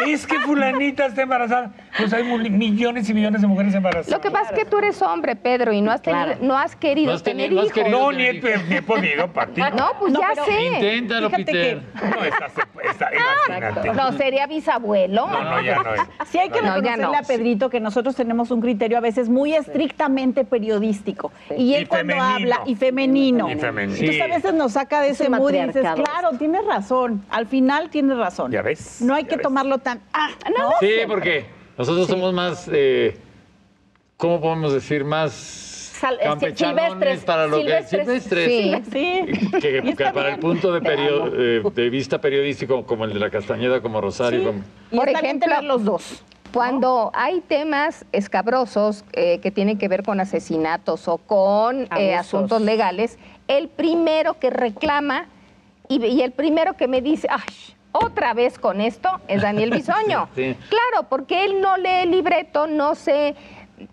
Speaker 5: Es que fulanita está embarazada. Pues hay mul- millones y millones de mujeres embarazadas.
Speaker 7: Lo que pasa es que tú eres hombre, Pedro, y no has, tenido- no has querido tener hijos.
Speaker 5: No, ni he, ni he podido, Pati.
Speaker 7: No, pues ya sé.
Speaker 5: Fíjate que- No, esa, se- esa, imagínate.
Speaker 7: No, sería bisabuelo.
Speaker 5: No, no, ya no es.
Speaker 2: Sí hay que
Speaker 7: No, ya
Speaker 2: reconocerle
Speaker 7: no.
Speaker 2: a Pedrito que nosotros tenemos un criterio a veces muy estrictamente periodístico. Y él
Speaker 5: Y
Speaker 2: cuando
Speaker 5: femenino.
Speaker 2: habla, y femenino.
Speaker 5: Y femenino.
Speaker 2: Entonces a veces nos saca de
Speaker 5: Es un
Speaker 2: ese mood y dices,
Speaker 5: matriarcado
Speaker 2: claro, tienes razón. Al final tienes razón.
Speaker 5: Ya ves,
Speaker 2: No hay
Speaker 3: ya
Speaker 2: que
Speaker 3: ves.
Speaker 2: tomarlo tan... Ah, no,
Speaker 3: Sí,
Speaker 2: siempre.
Speaker 3: porque nosotros somos más, eh, ¿cómo podemos decir? Más
Speaker 6: Sal- eh,
Speaker 3: campechanones
Speaker 6: silvestres,
Speaker 3: para lo
Speaker 6: silvestres.
Speaker 3: que silvestres.
Speaker 2: Sí.
Speaker 3: Que, que para el punto de, perio- eh, de vista periodístico, como el de la Castañeda, como Rosario, como-
Speaker 7: Por ejemplo, los dos. Cuando hay temas escabrosos eh, que tienen que ver con asesinatos o con eh,
Speaker 6: Abusos.
Speaker 7: asuntos legales, el primero que reclama y, y el primero que me dice, ay, otra vez con esto, es Daniel Bisoño.
Speaker 3: este,
Speaker 10: Sí.
Speaker 7: Claro, porque él no lee el libreto, no se...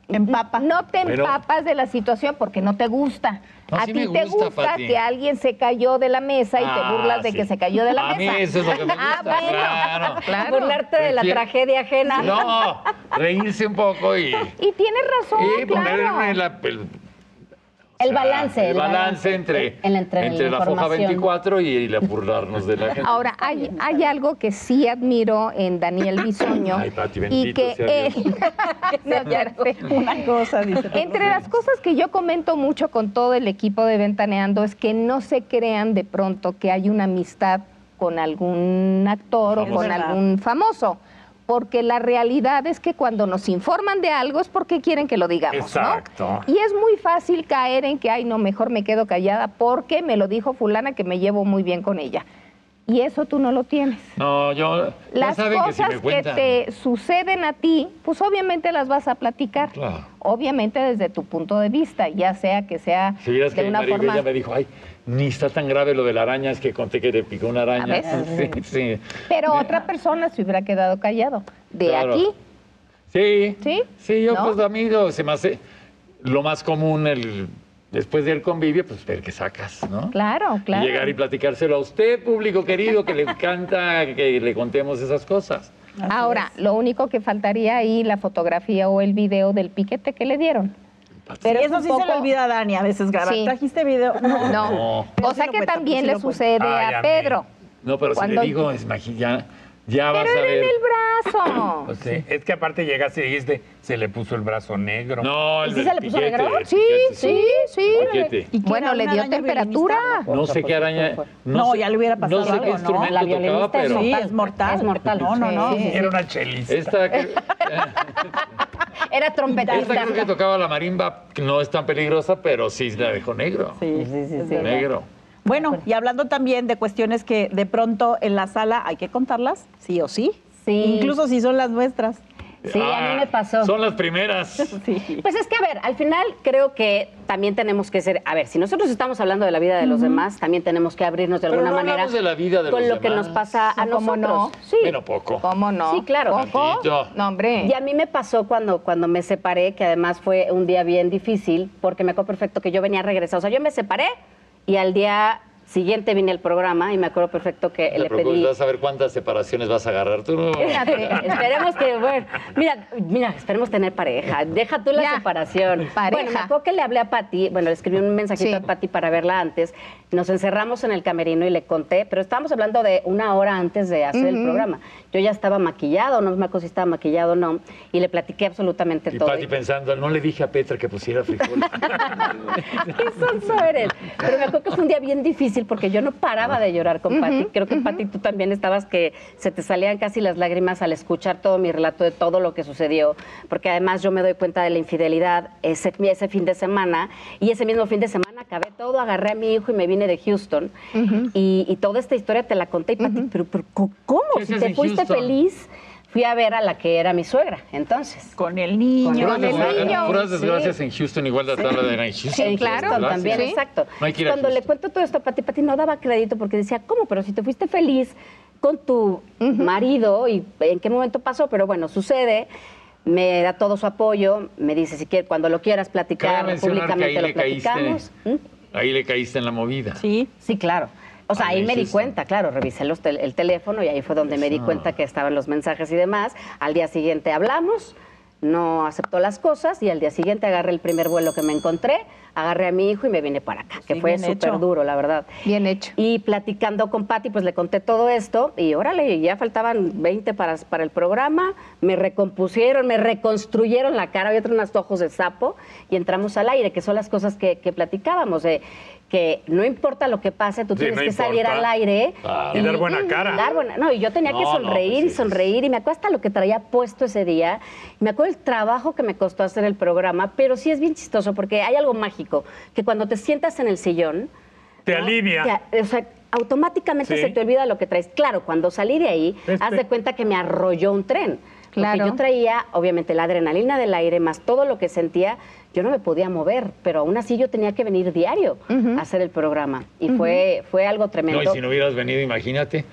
Speaker 7: Empapa. No te
Speaker 10: Pero-
Speaker 7: empapas de la situación porque no te gusta.
Speaker 10: No,
Speaker 7: a
Speaker 10: sí
Speaker 7: ti
Speaker 10: me
Speaker 7: te
Speaker 10: gusta,
Speaker 7: gusta
Speaker 10: Pati.
Speaker 7: que alguien se cayó de la mesa y
Speaker 10: Ah,
Speaker 7: te burlas de
Speaker 10: sí.
Speaker 7: que se cayó de la
Speaker 10: A mí
Speaker 7: mesa.
Speaker 10: eso es lo que me
Speaker 7: Ah,
Speaker 10: gusta,
Speaker 7: bueno.
Speaker 10: claro.
Speaker 7: claro.
Speaker 6: Burlarte de la
Speaker 3: Prefiero-
Speaker 6: tragedia ajena.
Speaker 3: No, reírse un poco y,
Speaker 7: Y tienes razón,
Speaker 3: y poner
Speaker 7: claro.
Speaker 3: en la- el,
Speaker 6: El
Speaker 10: Ah,
Speaker 6: balance.
Speaker 3: el balance entre,
Speaker 6: el- entre la
Speaker 3: la foja
Speaker 6: información.
Speaker 3: 24 y, y la burlarnos de la gente.
Speaker 7: Ahora, hay, hay algo que sí admiro en Daniel Bisoño
Speaker 3: Ay, Pati,
Speaker 7: y
Speaker 3: bendito
Speaker 7: que
Speaker 3: sea
Speaker 7: él... No, espérate.
Speaker 2: Una cosa, dice.
Speaker 7: Entre las cosas que yo comento mucho con todo el equipo de Ventaneando es que no se crean de pronto que hay una amistad con algún actor o
Speaker 10: Es
Speaker 7: con
Speaker 10: verdad.
Speaker 7: algún famoso. Porque la realidad es que cuando nos informan de algo es porque quieren que lo digamos,
Speaker 10: Exacto.
Speaker 7: ¿no? Y es muy fácil caer en que, ay, no, mejor me quedo callada porque me lo dijo fulana que me llevo muy bien con ella. Y eso tú no lo tienes.
Speaker 3: No, yo. ya
Speaker 7: Las
Speaker 3: saben que si
Speaker 7: cosas
Speaker 3: me
Speaker 7: que
Speaker 3: cuentan.
Speaker 7: te suceden a ti, pues obviamente las vas a platicar.
Speaker 3: Claro.
Speaker 7: Obviamente desde tu punto de vista, ya sea que sea
Speaker 3: Si vieras
Speaker 7: de
Speaker 3: que mi
Speaker 7: una
Speaker 3: marido
Speaker 7: forma...
Speaker 3: ya me dijo, ay, ni está tan grave lo de la araña, es que conté que te picó una araña.
Speaker 7: ¿A
Speaker 3: Sí,
Speaker 7: ves?
Speaker 3: sí.
Speaker 7: Pero otra persona se hubiera quedado callado. De
Speaker 3: Claro.
Speaker 7: aquí,
Speaker 3: Sí.
Speaker 7: ¿sí?
Speaker 3: Sí, yo
Speaker 7: ¿No?
Speaker 3: pues a mí lo- se me hace lo más común el después del convivio, pues ver que sacas, ¿no?
Speaker 7: Claro, claro.
Speaker 3: Y llegar y platicárselo a usted, público querido, que le encanta que le contemos esas cosas.
Speaker 7: Ahora, lo único que faltaría ahí la fotografía o el video del piquete que le dieron.
Speaker 3: Pues,
Speaker 2: Pero
Speaker 7: es
Speaker 2: eso
Speaker 7: un
Speaker 2: sí se le
Speaker 7: poco-
Speaker 2: olvida a Dani a veces grabar.
Speaker 7: Sí.
Speaker 2: ¿Trajiste video? No.
Speaker 3: No.
Speaker 7: Cosa que también le sucede
Speaker 3: Ay,
Speaker 7: a
Speaker 3: a mí.
Speaker 7: Pedro.
Speaker 3: No, pero si
Speaker 7: Cuando-
Speaker 3: le digo, es magi- ya, ya vas
Speaker 7: Pero
Speaker 3: a
Speaker 7: era en
Speaker 3: ver.
Speaker 7: el brazo.
Speaker 9: Pues sí, Es que aparte llegaste y dijiste, se le puso el brazo negro.
Speaker 3: No, el ¿Y sí del se le
Speaker 6: pues,
Speaker 3: puso piquete, negro? el
Speaker 7: Sí,
Speaker 3: piquete,
Speaker 7: sí, sí.
Speaker 3: Piquete. ¿Y qué
Speaker 7: Bueno,
Speaker 3: era,
Speaker 7: le
Speaker 3: una
Speaker 7: dio
Speaker 3: araña
Speaker 7: temperatura.
Speaker 3: No sé qué araña.
Speaker 2: No, ya le hubiera pasado
Speaker 3: No sé qué
Speaker 2: algo, ¿no?
Speaker 3: instrumento
Speaker 2: La
Speaker 3: tocaba,
Speaker 2: violinista es
Speaker 3: pero.
Speaker 2: Sí, mortal. es mortal. Es mortal. No, no, no. Sí.
Speaker 9: Era una chelista.
Speaker 3: Esta, que-
Speaker 6: Era
Speaker 3: esta
Speaker 6: trompetista.
Speaker 3: creo que tocaba la marimba que no es tan peligrosa, pero sí la dejó negro.
Speaker 2: Sí, sí, sí.
Speaker 3: Negro.
Speaker 2: Bueno, y hablando también de cuestiones que de pronto en la sala hay que contarlas, sí o sí.
Speaker 6: Sí.
Speaker 2: Incluso si son las nuestras.
Speaker 6: Sí, a mí me pasó.
Speaker 3: Ah, Son las primeras.
Speaker 6: Pues es que, a ver, al final creo que también tenemos que ser, a ver, si nosotros estamos hablando de la vida de los demás, también tenemos que abrirnos de
Speaker 3: Pero
Speaker 6: alguna
Speaker 3: no
Speaker 6: manera
Speaker 3: hablamos de la vida de
Speaker 6: con
Speaker 3: los
Speaker 6: lo que
Speaker 3: demás.
Speaker 6: nos pasa a
Speaker 7: ¿Cómo
Speaker 6: nosotros.
Speaker 7: no?
Speaker 6: Sí.
Speaker 3: Pero poco.
Speaker 7: ¿Cómo no?
Speaker 6: Sí, claro.
Speaker 7: ¿Poco?
Speaker 3: Tantito.
Speaker 7: No, hombre.
Speaker 6: Y a mí me pasó cuando, cuando me separé, que además fue un día bien difícil, porque me acuerdo perfecto que yo venía regresado. O sea, yo me separé y al día siguiente vine al programa y me acuerdo perfecto que
Speaker 3: Le
Speaker 6: le pedí.
Speaker 3: preocupas saber cuántas separaciones vas a agarrar tú. No.
Speaker 6: Fíjate, esperemos que, bueno, mira, mira, esperemos tener pareja. Deja tú la separación. Bueno, me acuerdo que le hablé a Pati, bueno, le escribí un mensajito a Pati para verla antes. Nos encerramos en el camerino y le conté, pero estábamos hablando de una hora antes de hacer el
Speaker 11: Ujú.
Speaker 6: programa. Yo ya estaba maquillado, no me acuerdo si estaba maquillado o no, y le platiqué absolutamente
Speaker 3: Y
Speaker 6: todo.
Speaker 3: Pati pensando, no le dije a Petra que pusiera frijoles.
Speaker 6: ¿Qué sonso eres? Pero me acuerdo que fue un día bien difícil porque yo no paraba de llorar con Pati. Creo que Pati, tú también estabas que se te salían casi las lágrimas al escuchar todo mi relato de todo lo que sucedió. Porque además yo me doy cuenta de la infidelidad ese, ese fin de semana. Y ese mismo fin de semana acabé todo, agarré a mi hijo y me vine de Houston. y, y toda esta historia te la conté y Pati, pero, pero ¿cómo?
Speaker 3: ¿Qué
Speaker 6: Si
Speaker 3: haces
Speaker 6: te
Speaker 3: en
Speaker 6: fuiste
Speaker 3: Houston?
Speaker 6: feliz, fui a ver a la que era mi suegra. Entonces.
Speaker 2: Con el niño.
Speaker 3: Puras
Speaker 6: Con el
Speaker 3: desgra-
Speaker 6: niño.
Speaker 3: Puras desgracias
Speaker 6: Sí.
Speaker 3: en Houston, igual la tabla de en Houston.
Speaker 6: Sí,
Speaker 3: puras
Speaker 6: claro,
Speaker 3: desgracias.
Speaker 6: también, exacto.
Speaker 3: No hay que ir a
Speaker 6: Cuando le cuento todo esto a Pati, Pati no daba crédito porque decía, ¿cómo? Pero si te fuiste feliz con tu marido y en qué momento pasó, pero bueno, sucede. Me da todo su apoyo, me dice si quiere, cuando lo quieras platicar
Speaker 3: Cabe mencionar que ahí
Speaker 6: públicamente
Speaker 3: le
Speaker 6: lo
Speaker 3: caíste.
Speaker 6: platicamos.
Speaker 3: Ahí le caíste en la movida.
Speaker 6: Sí, sí, claro. O sea,
Speaker 3: Ah,
Speaker 6: ahí
Speaker 3: ya
Speaker 6: me di
Speaker 3: hiciste.
Speaker 6: cuenta, claro, revisé los tel- el teléfono y ahí fue donde me di
Speaker 3: Eso.
Speaker 6: cuenta que estaban los mensajes y demás. Al día siguiente hablamos, no aceptó las cosas y al día siguiente agarré el primer vuelo que me encontré, agarré a mi hijo y me vine para acá, que
Speaker 7: Sí,
Speaker 6: fue
Speaker 7: bien hecho.
Speaker 6: súper duro, la verdad.
Speaker 7: Bien hecho.
Speaker 6: Y platicando con Patti, pues le conté todo esto y órale, ya faltaban 20 para, para el programa, me recompusieron, me reconstruyeron la cara, había unos ojos de sapo y entramos al aire, que son las cosas que, que platicábamos, de que no importa lo que pase, tú
Speaker 9: Sí,
Speaker 6: tienes
Speaker 9: no
Speaker 6: que salir
Speaker 9: importa.
Speaker 6: al aire
Speaker 9: Claro. Y dar buena cara.
Speaker 6: dar buena- no, y yo tenía que
Speaker 9: No, no,
Speaker 6: sonreír y
Speaker 9: pues sí,
Speaker 6: sonreír y me acuerdo hasta lo que traía puesto ese día. Y me acuerdo el trabajo que me costó hacer el programa, pero sí es bien chistoso porque hay algo mágico, que cuando te sientas en el sillón,
Speaker 9: Te alivia.
Speaker 6: te- o sea, automáticamente
Speaker 9: Sí.
Speaker 6: se te olvida lo que traes. Claro, cuando salí de ahí,
Speaker 9: Este-
Speaker 6: haz de cuenta que me arrolló un tren.
Speaker 7: Claro.
Speaker 6: Porque yo traía, obviamente, la adrenalina del aire más todo lo que sentía. Yo no me podía mover, pero aún así yo tenía que venir diario a hacer el programa. Y fue, fue algo tremendo.
Speaker 3: No, y si no hubieras venido, imagínate,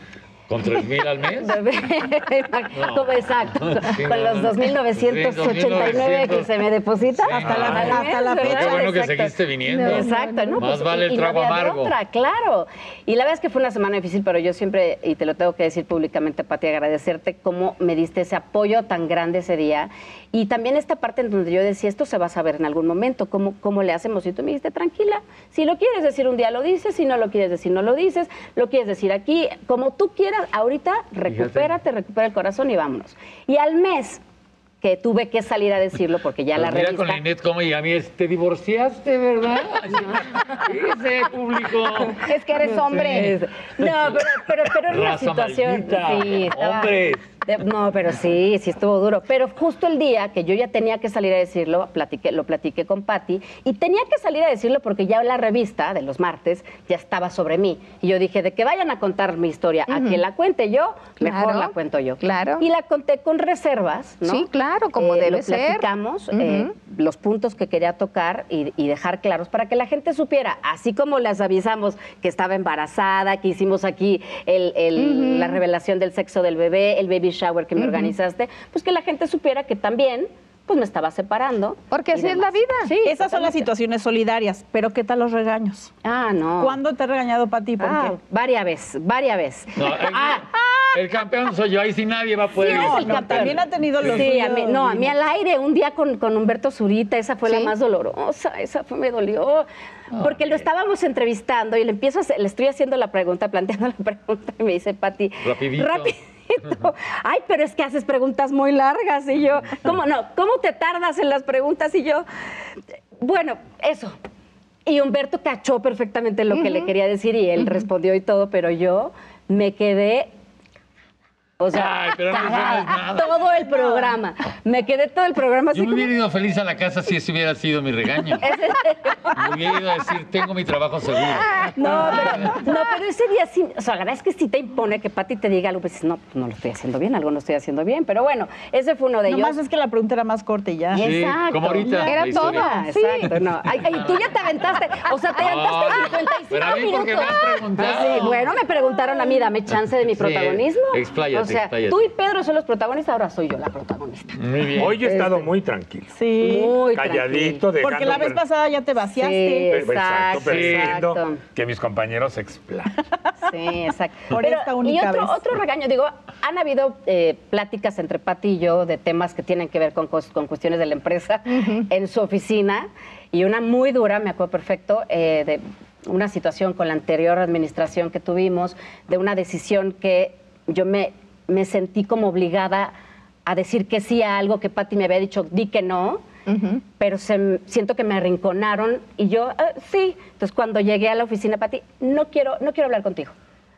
Speaker 3: con 3 mil al mes. No.
Speaker 6: Como exacto,
Speaker 3: Sí,
Speaker 6: con
Speaker 3: no,
Speaker 6: los
Speaker 3: no.
Speaker 6: 2.989 que se me deposita.
Speaker 3: Hasta la-
Speaker 6: Al
Speaker 3: hasta la
Speaker 6: mes,
Speaker 3: fecha. Qué bueno que
Speaker 6: Exacto.
Speaker 3: seguiste viniendo.
Speaker 6: exacto, no. Pues,
Speaker 3: Más vale el
Speaker 6: y- y no
Speaker 3: trago
Speaker 6: había de
Speaker 3: amargo.
Speaker 6: otra, claro. Y la verdad es que fue una semana difícil, pero yo siempre, y te lo tengo que decir públicamente, Pati, agradecerte cómo me diste ese apoyo tan grande ese día. Y también esta parte en donde yo decía, esto se va a saber en algún momento, cómo, cómo le hacemos. Y tú me dijiste, tranquila, si lo quieres decir un día lo dices, si no lo quieres decir no lo dices, lo quieres decir aquí, como tú quieras, ahorita recupérate, recupera el corazón y vámonos. Y al mes que tuve que salir a decirlo porque ya
Speaker 3: Pues
Speaker 6: la
Speaker 3: mira
Speaker 6: revista...
Speaker 3: con Linet cómo y a mí es, te divorciaste, ¿verdad? Fíjese, público.
Speaker 7: Es que eres hombre.
Speaker 6: No, pero, pero, pero era una
Speaker 3: Raza
Speaker 6: situación.
Speaker 3: maldita.
Speaker 6: Sí, estaba-
Speaker 3: Hombres.
Speaker 6: De- no, pero sí, sí estuvo duro. Pero justo el día que yo ya tenía que salir a decirlo, platiqué, lo platiqué con Patti y tenía que salir a decirlo porque ya la revista de los martes ya estaba sobre mí. Y yo dije, de que vayan a contar mi historia, a que la cuente yo, mejor
Speaker 7: Claro,
Speaker 6: la cuento yo.
Speaker 7: claro.
Speaker 6: Y la conté con reservas, ¿no?
Speaker 7: Sí, claro, como debe
Speaker 6: Eh, lo
Speaker 7: ser.
Speaker 6: platicamos, eh, los puntos que quería tocar y, y dejar claros para que la gente supiera, así como les avisamos que estaba embarazada, que hicimos aquí el- el-
Speaker 7: Ujú.
Speaker 6: la revelación del sexo del bebé, el baby shower que me
Speaker 7: Ujú.
Speaker 6: organizaste, pues que la gente supiera que también pues me estaba separando.
Speaker 2: Porque
Speaker 6: así es la vida. Sí,
Speaker 2: Esas son las
Speaker 6: totalmente.
Speaker 2: situaciones solidarias, pero ¿qué tal los regaños?
Speaker 6: Ah, no.
Speaker 2: ¿Cuándo te ha regañado Pati? ¿Por
Speaker 6: Ah,
Speaker 2: qué?
Speaker 6: varias veces, varias veces. Ah,
Speaker 3: No, el, el campeón soy yo, ahí sí nadie va a poder.
Speaker 6: Sí, eres el
Speaker 3: escapar.
Speaker 6: campeón.
Speaker 3: Sí.
Speaker 6: Sí, a mí, no, a mí al aire, un día con, con Humberto Zurita, esa fue la
Speaker 7: Sí.
Speaker 6: más dolorosa, esa fue, me dolió. Porque lo estábamos entrevistando y le empiezo a hacer- le estoy haciendo la pregunta, planteando la pregunta, y me dice Pati,
Speaker 8: Rapidito.
Speaker 6: rapidito, ay, pero es que haces preguntas muy largas. Y yo, ¿cómo no? ¿Cómo te tardas en las preguntas? Y yo, bueno, eso. Y Humberto cachó perfectamente lo que le quería decir y él respondió y todo, pero yo me quedé o sea,
Speaker 3: Ay, pero no les digas
Speaker 6: cagada,
Speaker 3: nada.
Speaker 6: todo el programa. Me quedé todo el programa así
Speaker 3: Yo me
Speaker 6: como...
Speaker 3: hubiera ido feliz a la casa si ese hubiera sido mi regaño. Me hubiera ido a decir, tengo mi trabajo seguro.
Speaker 6: No pero, no, pero ese día sí, o sea, la verdad es que sí te impone que Pati te diga algo, pues dices, no, pues, no lo estoy haciendo bien, algo no estoy haciendo bien, pero bueno, ese fue uno de
Speaker 2: Lo
Speaker 6: ellos.
Speaker 2: más es que la pregunta era más corta y ya.
Speaker 3: Sí, como ahorita,
Speaker 6: Era
Speaker 3: la
Speaker 6: todo,
Speaker 3: historia.
Speaker 6: sí. exacto, no. Ay, ay, tú ya te aventaste, o sea, te aventaste
Speaker 3: No,
Speaker 6: 55
Speaker 3: pero a mí
Speaker 6: minutos.
Speaker 3: porque me has preguntado. Pues
Speaker 6: Ah, sí, bueno, me preguntaron a mí, dame chance de mi
Speaker 3: Sí,
Speaker 6: protagonismo.
Speaker 3: expláyate,
Speaker 6: o sea,
Speaker 3: expláyate.
Speaker 6: tú y Pedro son los protagonistas, ahora soy yo la protagonista.
Speaker 3: Muy bien.
Speaker 9: Hoy yo he estado muy tranquilo.
Speaker 2: Sí.
Speaker 6: Muy
Speaker 9: Calladito, dejando...
Speaker 2: Porque la vez
Speaker 9: pero-
Speaker 2: pasada ya te
Speaker 6: Sí,
Speaker 2: vaciaste.
Speaker 9: pero- Exacto, pero
Speaker 6: exacto.
Speaker 9: entiendo que mis compañeros explanen.
Speaker 6: Sí, exacto.
Speaker 2: Por esta única
Speaker 6: y otro,
Speaker 2: vez.
Speaker 6: otro regaño, digo, han habido eh, pláticas entre Pati y yo de temas que tienen que ver con, cos- con cuestiones de la empresa en su oficina y una muy dura, me acuerdo perfecto, eh, de una situación con la anterior administración que tuvimos, de una decisión que yo me, me sentí como obligada a decir que sí a algo que Pati me había dicho, di que no pero se m- siento que me arrinconaron y yo, "Ah, sí. Entonces cuando llegué a la oficina, Pati, no quiero, no quiero hablar contigo.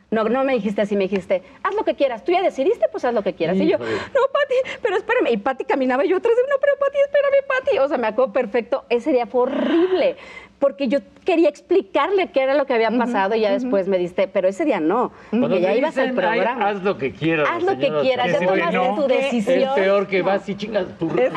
Speaker 6: No, no me dijiste así, me dijiste, haz lo que quieras. Tú ya decidiste, pues haz lo que quieras. Y yo, no,
Speaker 3: Híjole.
Speaker 6: Pati, pero espérame. Y Pati caminaba y yo atrás de no, pero Pati, espérame, Pati. O sea, me acuerdo perfecto. Ese día fue horrible porque yo quería explicarle qué era lo que había pasado y ya después me diste, pero ese día no,
Speaker 3: Cuando
Speaker 6: porque ya
Speaker 3: te
Speaker 6: ibas al
Speaker 3: dicen, "Ay,
Speaker 6: programa.
Speaker 3: haz lo que quieras.
Speaker 6: Haz lo que
Speaker 3: señora
Speaker 6: quieras,
Speaker 3: Ortega".
Speaker 6: ya
Speaker 3: Que
Speaker 6: tomaste
Speaker 3: no,
Speaker 6: tu decisión.
Speaker 3: Es peor que vas y chingas tu
Speaker 6: ¡Eh!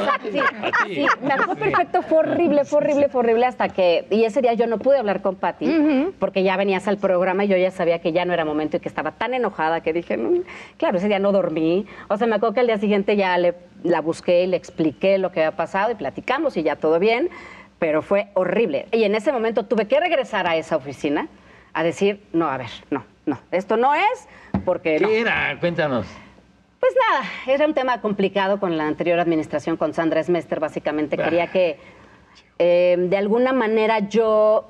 Speaker 3: Así,
Speaker 6: Sí, así. Me acuerdo
Speaker 3: así.
Speaker 6: perfecto, fue horrible, fue horrible, fue horrible hasta que. Y ese día yo no pude hablar con Patti, porque ya venías al programa y yo ya sabía que ya no era momento y que estaba tan enojada que dije, "No". claro, ese día no dormí. O sea, me acuerdo que al día siguiente ya le, la busqué y le expliqué lo que había pasado y platicamos y ya todo bien, pero fue horrible. Y en ese momento tuve que regresar a esa oficina a decir, no, a ver, no, no, esto no es, porque. no".
Speaker 3: ¿Qué era? Cuéntanos.
Speaker 6: Pues nada, era un tema complicado con la anterior administración, con Sandra Smester, básicamente.
Speaker 7: Ah.
Speaker 3: Bah.
Speaker 6: Quería que, eh, de alguna manera, yo,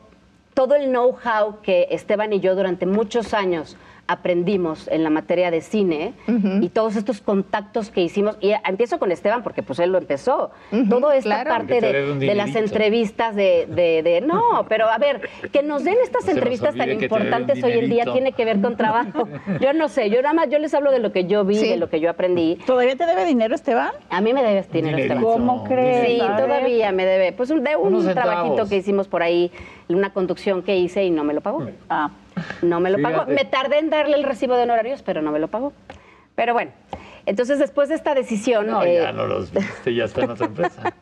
Speaker 6: todo el know-how que Esteban y yo durante muchos años aprendimos en la materia de cine y todos estos contactos que hicimos, y eh, empiezo con Esteban porque pues él lo empezó,
Speaker 7: Ujú,
Speaker 6: todo esta
Speaker 7: claro.
Speaker 6: parte
Speaker 3: Que te
Speaker 6: de,
Speaker 3: debe un
Speaker 6: de las
Speaker 3: dinerito.
Speaker 6: entrevistas de, de- de- no, pero a ver, que nos den estas
Speaker 3: No se nos
Speaker 6: entrevistas tan
Speaker 3: olvide que te debe un
Speaker 6: importantes hoy en día
Speaker 3: dinerito.
Speaker 6: tiene que ver con trabajo. Yo no sé, yo nada más yo les hablo de lo que yo vi,
Speaker 7: Sí.
Speaker 6: de lo que yo aprendí.
Speaker 2: ¿Todavía te debe dinero, Esteban?
Speaker 6: A mí me debes dinero, Esteban.
Speaker 2: ¿Cómo crees?
Speaker 6: Sí,
Speaker 2: A ver.
Speaker 6: todavía me debe. Pues un- de un
Speaker 3: Unos centavos.
Speaker 6: trabajito que hicimos por ahí, una conducción que hice y no me lo pagó.
Speaker 2: Ah.
Speaker 6: No me lo
Speaker 3: Fíjate.
Speaker 6: pagó. Me tardé en darle el recibo de honorarios, pero no me lo pagó. Pero bueno, entonces después de esta decisión...
Speaker 3: No,
Speaker 6: eh,
Speaker 3: ya no los viste, ya está en otra empresa.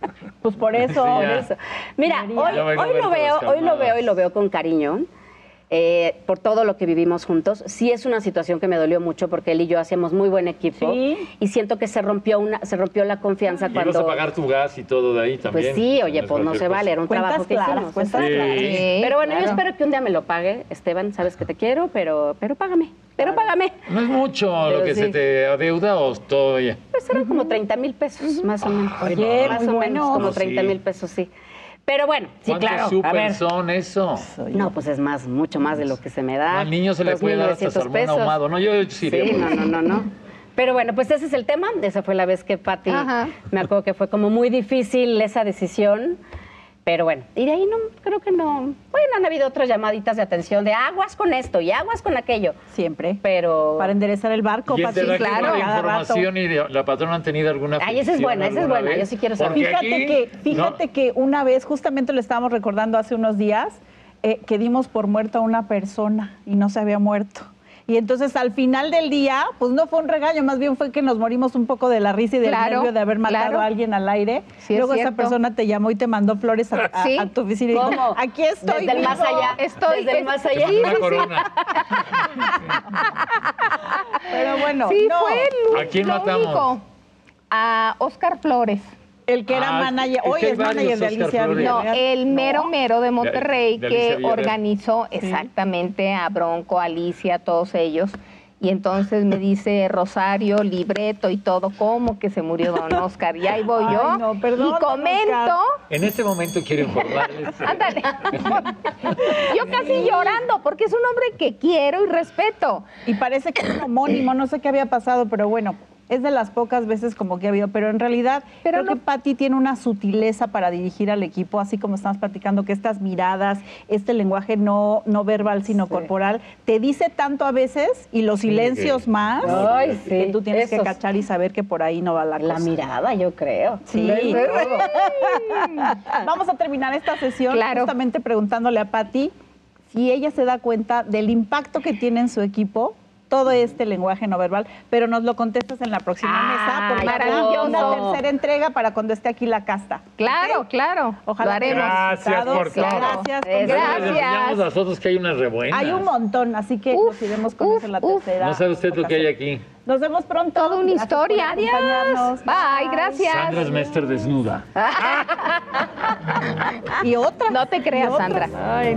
Speaker 2: Pues por eso.
Speaker 3: Sí,
Speaker 6: por
Speaker 3: ya.
Speaker 6: eso. Mira,
Speaker 3: María.
Speaker 6: hoy,
Speaker 3: Ya bailó
Speaker 6: hoy lo
Speaker 3: Berta
Speaker 6: veo, hoy lo
Speaker 3: Descalmadas.
Speaker 6: veo y lo veo con cariño. eh, por todo lo que vivimos juntos. Sí es una situación que me dolió mucho porque él y yo hacíamos muy buen equipo
Speaker 2: Sí.
Speaker 6: y siento que se rompió una, se rompió la confianza
Speaker 3: Y vas
Speaker 6: cuando
Speaker 3: a pagar tu gas y todo de ahí también.
Speaker 6: Pues sí, oye,
Speaker 3: es
Speaker 6: pues no
Speaker 3: cualquier
Speaker 6: se vale, era un
Speaker 2: Cuentas
Speaker 6: trabajo que
Speaker 2: claras,
Speaker 6: hicimos.
Speaker 2: cuentas
Speaker 6: exacto.
Speaker 3: claras.
Speaker 7: Sí,
Speaker 6: Pero bueno, yo
Speaker 7: claro.
Speaker 6: espero que un día me lo pague, Esteban, sabes que te quiero, pero, pero págame, pero págame.
Speaker 3: cosa. No es mucho
Speaker 6: Pero
Speaker 3: lo que
Speaker 6: sí.
Speaker 3: se te adeuda o todo ya.
Speaker 6: Pues eran como 30 mil pesos, más o menos.
Speaker 3: Ay, Oye, no.
Speaker 6: más
Speaker 2: muy
Speaker 6: o
Speaker 2: bueno.
Speaker 6: menos, como
Speaker 3: No, sí.
Speaker 6: 30 mil pesos, sí. Pero bueno, sí,
Speaker 3: ¿Cuántos
Speaker 6: claro, a
Speaker 3: super
Speaker 6: ver.
Speaker 3: son eso?
Speaker 6: No, pues es más, mucho más de lo que se me da.
Speaker 3: Al niño se le puede dar hasta
Speaker 6: 2,900
Speaker 3: salmón ahumado. No, yo sí.
Speaker 6: Sí, no, no, no, no. Pero bueno, pues ese es el tema. Esa fue la vez que Pati,
Speaker 7: Ajá.
Speaker 6: me acuerdo que fue como muy difícil esa decisión.
Speaker 4: Pero bueno, y de ahí no, creo que no. Bueno, han habido otras llamaditas de atención de aguas con esto y aguas con aquello.
Speaker 2: Siempre.
Speaker 4: Pero.
Speaker 2: Para enderezar el barco,
Speaker 3: Y
Speaker 2: para
Speaker 3: es de la que
Speaker 2: claro.
Speaker 3: la
Speaker 2: cada rato.
Speaker 3: información y de- la patrona han tenido alguna.
Speaker 4: Ay, esa es
Speaker 3: petición
Speaker 4: buena, esa es
Speaker 3: alguna
Speaker 4: buena,
Speaker 3: vez?
Speaker 4: yo sí quiero saber.
Speaker 3: Porque
Speaker 2: Fíjate,
Speaker 3: aquí
Speaker 2: que,
Speaker 3: no-
Speaker 2: fíjate que una vez, justamente lo estábamos recordando hace unos días, eh, que dimos por muerto a una persona y no se había muerto. Y entonces al final del día, pues no fue un regaño, más bien fue que nos morimos un poco de la risa y del
Speaker 7: Claro,
Speaker 2: nervio de haber matado
Speaker 7: claro.
Speaker 2: a alguien al aire.
Speaker 7: Sí, es
Speaker 2: Luego esa
Speaker 7: cierto.
Speaker 2: persona te llamó y te mandó flores a, a-
Speaker 7: Sí.
Speaker 2: a tu oficina y dijo,
Speaker 4: ¿Cómo?
Speaker 2: aquí estoy.
Speaker 4: Desde el
Speaker 2: vivo".
Speaker 4: más allá.
Speaker 7: Estoy-
Speaker 4: Desde el
Speaker 7: es-
Speaker 4: más
Speaker 3: Te
Speaker 4: allá.
Speaker 3: mandó una corona.
Speaker 2: Pero bueno,
Speaker 7: sí,
Speaker 2: no,
Speaker 7: fue lo,
Speaker 3: ¿A quién
Speaker 7: lo
Speaker 3: matamos?
Speaker 7: único. A Oscar Flores.
Speaker 2: el que era
Speaker 3: Ah,
Speaker 2: manager,
Speaker 3: es que
Speaker 2: hoy
Speaker 3: hay
Speaker 2: es manager
Speaker 3: varios
Speaker 2: de
Speaker 3: Oscar
Speaker 2: Alicia
Speaker 3: Flores.
Speaker 7: No,
Speaker 2: Villarreal.
Speaker 7: el mero mero de Monterrey
Speaker 3: de Alicia
Speaker 7: que
Speaker 3: Villarreal.
Speaker 7: organizó exactamente a Bronco, a Alicia, a todos ellos. Y entonces me dice Rosario, libreto y todo, ¿cómo que se murió don Oscar? Y ahí voy
Speaker 2: Ay,
Speaker 7: yo
Speaker 2: no, perdón,
Speaker 7: y
Speaker 2: don
Speaker 7: comento,
Speaker 3: En este momento quiero informarles. eh,
Speaker 7: ándale, yo casi llorando, porque es un hombre que quiero y respeto.
Speaker 2: Y parece que es un homónimo, no sé qué había pasado, pero bueno, es de las pocas veces como que ha habido. Pero en realidad
Speaker 7: Pero
Speaker 2: creo
Speaker 7: no-
Speaker 2: que Patti tiene una sutileza para dirigir al equipo, así como estamos platicando, que estas miradas, este lenguaje no, no verbal, sino corporal, te dice tanto a veces y los silencios más
Speaker 4: Ay, sí,
Speaker 2: que tú tienes que
Speaker 4: esos.
Speaker 2: cachar y saber que por ahí no va la,
Speaker 4: La
Speaker 2: cosa.
Speaker 4: mirada, yo creo.
Speaker 2: Sí. Vamos a terminar esta sesión
Speaker 7: Ah. Claro.
Speaker 2: justamente preguntándole a Patti si ella se da cuenta del impacto que tiene en su equipo todo este lenguaje no verbal, pero nos lo contestas en la próxima
Speaker 7: Ah,
Speaker 2: mesa porque habrá
Speaker 7: maravilloso.
Speaker 2: una tercera entrega para cuando esté aquí la casta.
Speaker 7: Claro,
Speaker 2: ¿ok?
Speaker 7: claro,
Speaker 2: Ojalá
Speaker 7: lo haremos.
Speaker 2: hayamos
Speaker 9: Gracias
Speaker 2: disfrutado.
Speaker 9: por todo.
Speaker 2: Gracias.
Speaker 7: Eso.
Speaker 3: Luego Les
Speaker 7: Gracias.
Speaker 3: enseñamos a nosotros que hay unas rebuenas.
Speaker 2: Hay un montón, así que
Speaker 7: Uf,
Speaker 2: nos iremos con
Speaker 7: uf,
Speaker 2: eso en la
Speaker 7: uf.
Speaker 2: tercera.
Speaker 3: No sabe usted lo que hay
Speaker 2: ocasión.
Speaker 3: aquí.
Speaker 2: Nos vemos pronto.
Speaker 7: Toda una
Speaker 2: Gracias por
Speaker 7: historia. Adiós.
Speaker 2: acompañarnos.
Speaker 7: Bye, gracias.
Speaker 3: Sandra Smester desnuda.
Speaker 2: Y otra.
Speaker 7: No te creas,
Speaker 2: Y otra.
Speaker 7: Sandra.
Speaker 2: Ay.